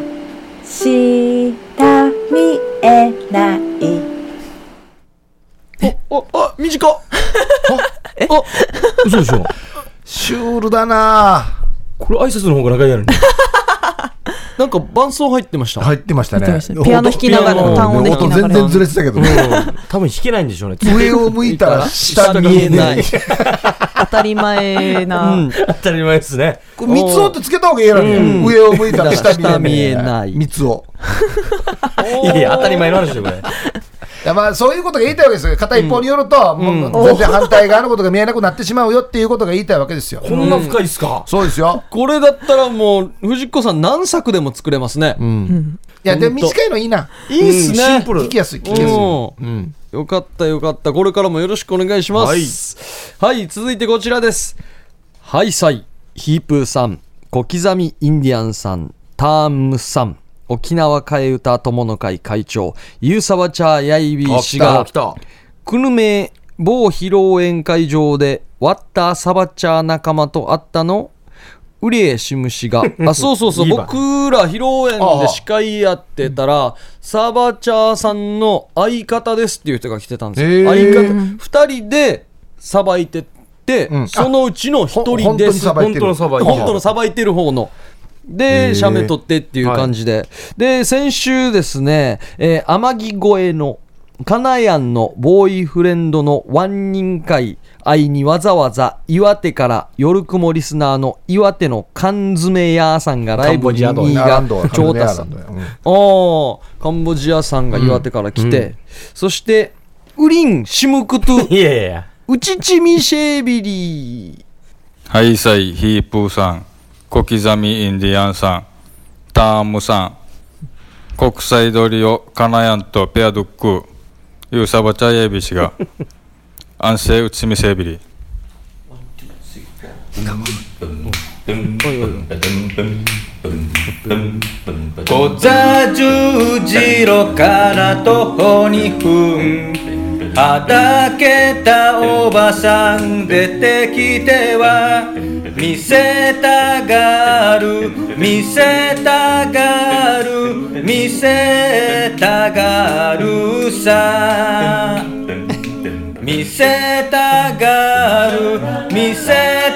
G: 下見えない。
A: お、あ、短っ。
B: 嘘でしょ。
C: シュールだな
B: これ挨拶の方が長いやるね。
A: なんか伴奏入ってました。
C: 入ってましたね。
F: ピアノ弾きながら、
B: 音
F: 単音で弾き
C: 音
F: なが
C: 全然
F: ら。
C: ずれてたけど、
B: 多分弾けないんでしょうね。
C: 上を向いたら下見えない。
F: 当たり前
A: う。。
F: なん
B: 当たり前ですね。
C: これ三つ音ってつけた方がいいやろね。上を向いたら下見え
A: 下見え
C: な
A: ない
C: い。三つ音。
B: いやいや、当たり前の話でこれ。
C: いやまあそういうことが言いたいわけですよ。片一方によると、もう全然反対側のことが見えなくなってしまうよっていうことが言いたいわけですよ。
B: こんな深いっすか
C: そうですよ。
A: これだったらもう藤子さん何作でも作れますね。
C: いや、でも短いのいいな。
A: いいっすね。
B: シンプル
C: 聞きやすい、聞きやすい。
A: うんよかったよかった。これからもよろしくお願いします。はい、続いてこちらです。ハイサイ、ヒープーさん、小刻みインディアンさん、ターンムさん、沖縄替え歌友の会会長、ゆうさわちゃーやいびー氏が、
B: た。
A: 久留米某披露宴会場で、ワッターサバチャー仲間と会ったの、ウリエシムシが、あ、そうそうそう、
B: いいわ
A: 僕ら披露宴で司会やってたら、サバチャーさんの相方ですっていう人が来てたんですよ。
C: へー
A: 相方、二人でさばいてって、
C: うん
A: そのうちの一
C: ほ
A: 人
C: 本当
A: で
C: に
A: す。
C: さばいてる。
B: 本当のさばいてる
A: 本当のさばいてる方の。で、写メ撮ってっていう感じで。で、先週ですね、えー天城越えの、カナヤンのボーイフレンドの万人会愛にわざわざ岩手から夜雲リスナーの岩手の缶詰屋さんがライブに
B: カンボジ
C: アラン
A: が
C: ドは
A: 調達さん
C: カンボジアランドや
A: ああ、カンボジアさんが岩手から来て、そして、ウリン・シムクトゥ・
B: いやいやいや。
A: ウチチミシェービリー。
H: ハイサイヒープーさん、小刻みインディアンさん、タームさん、国際通りをカナヤンとペアドック、ユーサバチャイエビシが、安静うちみせびり。
I: 小座十字路から徒歩2分はだけたおばさん出てきては見せたがる見せたがる見せたがるさ見せたがる見せ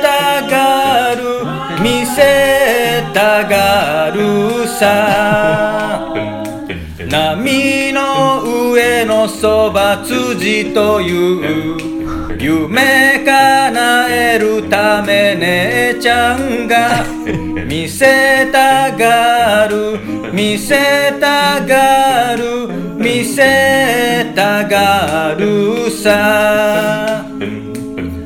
I: たがる見せたがるさ波の上のそば辻という夢叶えるため姉ちゃんが見せたがる見せたがる見せたがるさ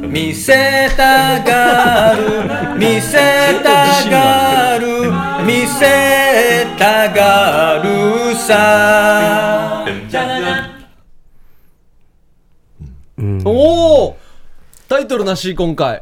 I: 見せたがる見せたがる見せたがるさ
A: おおタイトルなし今回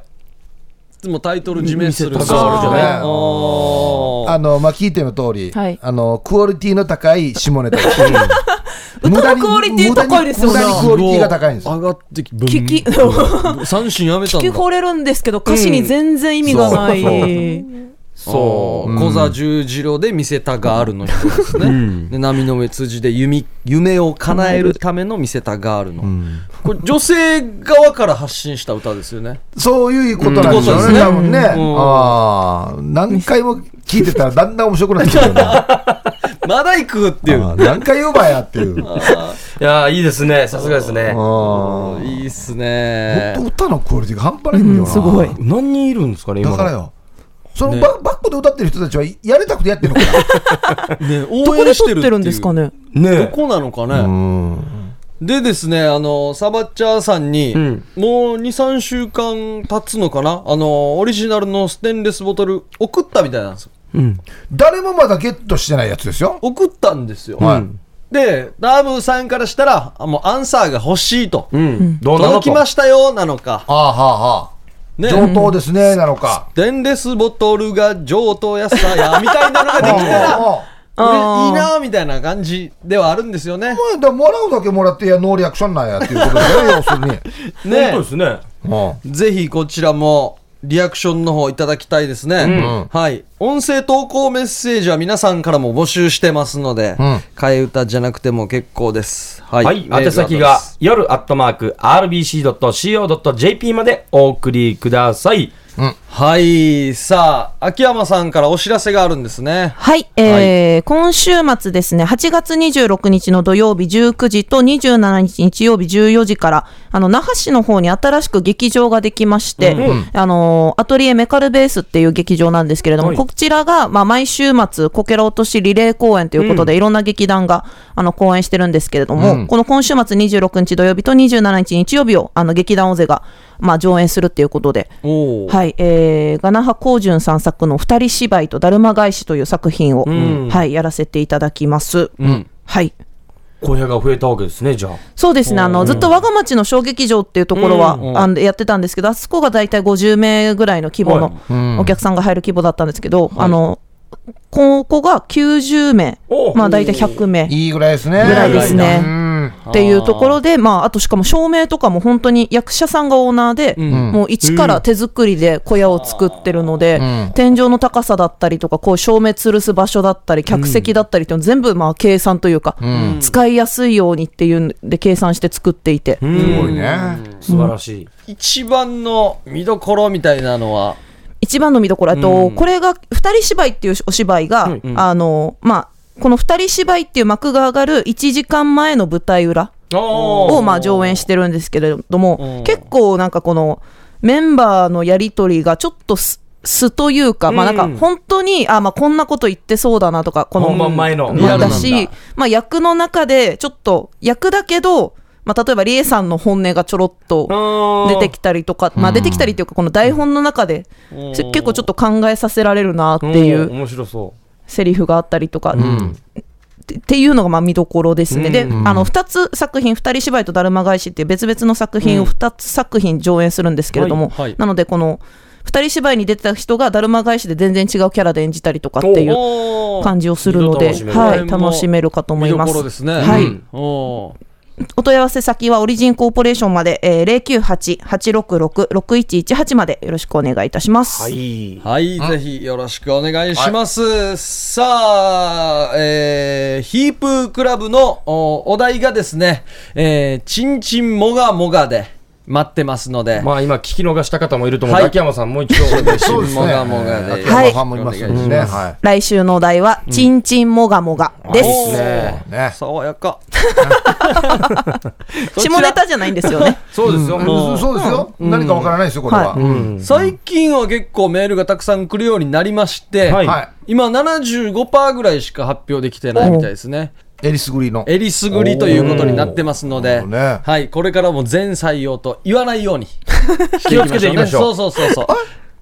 A: いつもタイトル自明する
B: 見せた
C: がるじゃない
A: あー
C: あの、まあ、聞いての通り、
F: はい
C: あの、クオリティの高い下ネタです。 [laughs]
F: 歌のクオリティ高いですよ
C: 無
F: ね
C: 駄に無駄にクオリティが高いんです
A: 上
C: よ。
A: がってき
F: 聞
A: [laughs]
F: き、
A: 三振やめた
F: 聞
A: ん
F: き
A: だ
F: 惚れるんですけど、歌詞に全然意味がない。
A: そう、小座十字路で見せたがあるの人ですね、で波の上辻で夢夢を叶えるための見せたがあるの、これ女性側から発信した歌ですよね
C: そういうことなんですよね、
A: う
C: 多
A: ん
C: 分ね。
A: うん
C: ああ、何回も聞いてたらだんだん面白くなってくるよね。
F: [laughs]
C: あ
A: まだ行くっていう
C: ー何回言うばやって
F: [laughs]
C: いう。あ
B: いやーいいですね。さすがですね。
C: ー
A: いいっす
C: ほ
A: ね
C: んと歌のクオリティが半端ないんだよな。
F: すごい。
B: 何人いるんですかね、今
C: だか
B: の。
C: らよ。そのババックで歌ってる人たちはやりたくてやってるのか
A: ね
F: ど
A: 応
F: こで
A: 援し
F: 撮
A: てる
F: っ
A: って
F: て
A: い
F: る
A: うん
F: ですかね
A: ど
B: ね
A: こなのかね、
C: な。うん
A: でですね、あの、サバッチャーさんに、もう2、3週間経つのかなあの、オリジナルのステンレスボトル送ったみたいなんですよ。
C: [laughs] 誰もまだゲットしてないやつですよ。
A: 送ったんですよ。
C: はい
A: で、ダーブさんからしたら、あもうアンサーが欲しいと。
B: うん。どうなの
A: 届きま
B: し
A: したよ、なのか。
C: ああ、はあ、はあ。
A: ね。
C: 上等ですね、なのか。
A: ステンレスボトルが上等やさや、みたいなのができたら、
C: [laughs] あーあー
A: うれいいなぁみたいな感じではあるんですよね。
C: まあだもらうだけもらって、いや、ノーリアクションなんやっていうことだよね、要するに。 [laughs]
A: ね
B: 本当ですね。
C: うん
A: ぜひこちらもリアクションの方いただきたいですね、はい音声投稿メッセージは皆さんからも募集してますので、
C: ん
A: 替え歌じゃなくても結構ですは
B: はい。
A: メールアドレ
B: 宛
A: ス
B: 先が、夜アットマーク、rbc.co.jp までお送りください。
A: はいさあ秋山さんからお知らせがあるんですね
F: はい、えー今週末ですね、8月26日の土曜日19時と27日日曜日14時から、あの、那覇市の方に新しく劇場ができまして、あのー、アトリエメカルベースっていう劇場なんですけれども、こちらが、まあ、毎週末、こけら落としリレー公演ということで、いろんな劇団が、あの、公演してるんですけれども、この今週末26日土曜日と27日日曜日を、あの、劇団オゼが、まあ、上演するっていうことで、
A: おお、
F: はい、えー、ガナハコウジュンさん作の二人芝居とだるま返しという作品を、はい、やらせていただきます。はい。
B: 小屋が増えたわけですね、じゃあ。
F: そうですね、あの、ずっと我が町の小劇場っていうところは、あのやってたんですけど、あそこが大体50名ぐらいの規模
B: は
F: のお客さんが入る規模だったんですけど、あの、ここが90名
B: お、
F: まあ大体100名。
C: いいぐらいですね。
F: ぐらいですね
C: うん
F: っていうところで、まあ、あとしかも照明とかも本当に役者さんがオーナーで、もう一から手作りで小屋を作ってるので、天井の高さだったりとか、こう照明吊るす場所だったり、客席だったりっていうの全部まあ計算というか、使いやすいようにっていうんで計算して作っていて、
C: すごいね。
B: 素晴らしい。
A: 一番の見どころみたいなのは
F: 一番の見どころ、えっと、これが二人芝居っていうお芝居が、あの、まあ、この二人芝居っていう幕が上がる1時間前の舞台裏。をまあ上演してるんですけれども、結構なんかこのメンバーのやり取りがちょっとす素というか、まあなんか本当に、あ、まあこんなこと言ってそうだなとか、この、
B: 本番前の
F: まあ
A: リアルなん
F: だ
A: だ
F: し、まあ役の中でちょっと役だけど、まあ例えばリエさんの本音がちょろっと出てきたりとか、まあ出てきたりというかこの台本の中で、せ結構ちょっと考えさせられるなってい
B: おー
F: う
B: 面白そ
F: セリフがあったりとか、ってっていうのがまあ見どころですね。で、あの、二つ作品、二人芝居とだるま返しっていう別々の作品を二つ作品上演するんですけれども、
A: はいはい
F: なのでこの、二人芝居に出てた人がだるま返しで全然違うキャラで演じたりとかっていう
A: おー
F: 感じをするので、
B: 二度楽しめる
F: はい、楽しめるかと思
A: 見
F: い
A: ど
F: ま
A: こ
F: す。
A: ろですね
F: はい。
A: うんおー
F: お問い合わせ先はオリジンコーポレーションまで、えー、098-866-6118までよろしくお願いいたします。
B: う。いい。
A: はい、ぜひよろしくお願いします。さあ、えー、ヒープークラブのおお題がですね、えー、ちんちんもがもがで待ってますので、
B: [laughs] まあ今聞き逃した方もいると思う。
A: はい
B: 秋山さんもう一度。
C: そうですね。
A: もがもがで
C: 秋山さんもいますしね。は
F: 来週のお題は、ちんちんもがもがです。
A: おー
C: い。ね。
A: 爽やか。
F: 下ネタじゃないんですよね。
B: [laughs] そうですよ。
C: うんそうですよ。何かわからないですよ、これは。
F: は
A: 最近は結構メールがたくさん来るようになりまして、
B: はい
C: は
A: 今75%ぐらいしか発表できてないみたいですね。
C: い。エリスグリの。
A: えりすぐりということになってますので、
C: おーなるほどね
A: はい、これからも全採用と言わないように
B: [laughs] 気をつけていきまし
A: [laughs]
B: ょ
A: そうそうそうそう。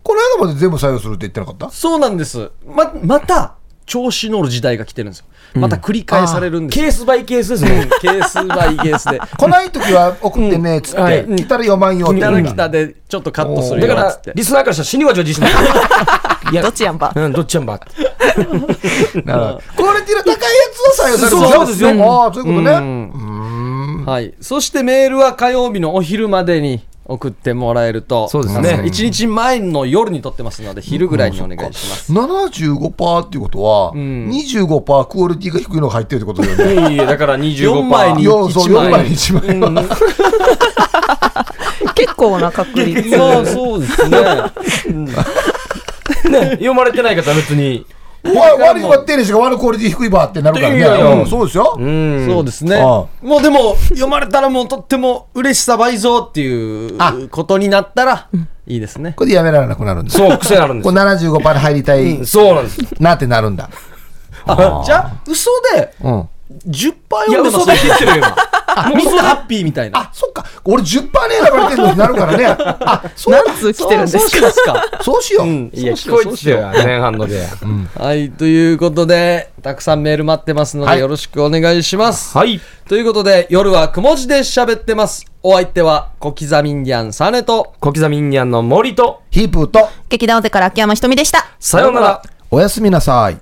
C: この間まで全部採用するって言ってなかった
A: そうなんです。ま、また、調子乗る時代が来てるんですよ。また繰り返されるん
B: う。
A: ですよ。
B: ケースバイケースですね。
A: ケースバイケース
B: [laughs]
A: で。
C: 来ない時は送ってね、つっ
B: は
C: て
B: い。
C: 来たら読まんよって。
A: 来たら来たで、ちょっとカットする
B: だか
A: よっつっ
B: ら
A: て、。
B: リスナーからしたら死には常時します。いや
F: どっちやんば。
B: うん、どっちやんばって。
C: なるほどクオリティの高いやつは採用される
B: そうそうですよ
C: ああ、そういうことね。
A: はい。そしてメールは火曜日のお昼までに、送ってもらえると
B: そうです
C: ね
A: 1日前の夜に撮ってますので昼ぐらいにお願いします、
C: 75%っていうことは、
A: ん
C: 25%クオリティが低いのが入ってるってことだよね。
B: [laughs] いやいや、だから25%。
A: 4枚に
C: 要素4
A: 1枚
C: 枚に1枚は、 [laughs]
F: 結構な確
B: [laughs]
F: 率。
A: まあそうですね
B: ね、読まれてない方は別に。
C: わ悪いバッテリーしか悪いクオリティ低いバーってなるから
B: いやいや
C: ね。うん、そうですよ。
B: うん。
A: そうですね
C: ああ
A: もうでも読まれたらもうとっても嬉しさ倍増っていうことになったらいいですね
C: これでやめられなくなるんです。
B: そう、癖あるんで
C: これ75%で入りたい
B: す。 [laughs] そうなんです。
C: なってなるんだ。
A: あじゃあ嘘で
C: うん。
A: 10
B: いや、
A: 読んでま
B: 嘘
A: す
B: [laughs] だけ言ってるよ、
A: みんなハッピーみたいな
C: あ、そっか。俺10%ね選ばれてるのになるからね。あ、そう
F: 何通来てるんです
A: そうし
F: か
A: ますか
C: そうしよ
A: う
C: う。
A: ん
B: 今。いや、聞
A: そう
B: こ
A: しよう
B: えてた [laughs] よ、前半ので。
A: はい、ということで、たくさんメール待ってますの
C: はい
A: で、よろしくお願いします。
B: はい。
A: ということで、夜はくも字で喋ってます。お相手は、小刻みんぎゃんサネと、
B: 小刻みインディアンの森と、
C: ヒープーと、
F: 劇団お手から秋山ひとみでした。
B: さようなら。
C: おやすみなさい。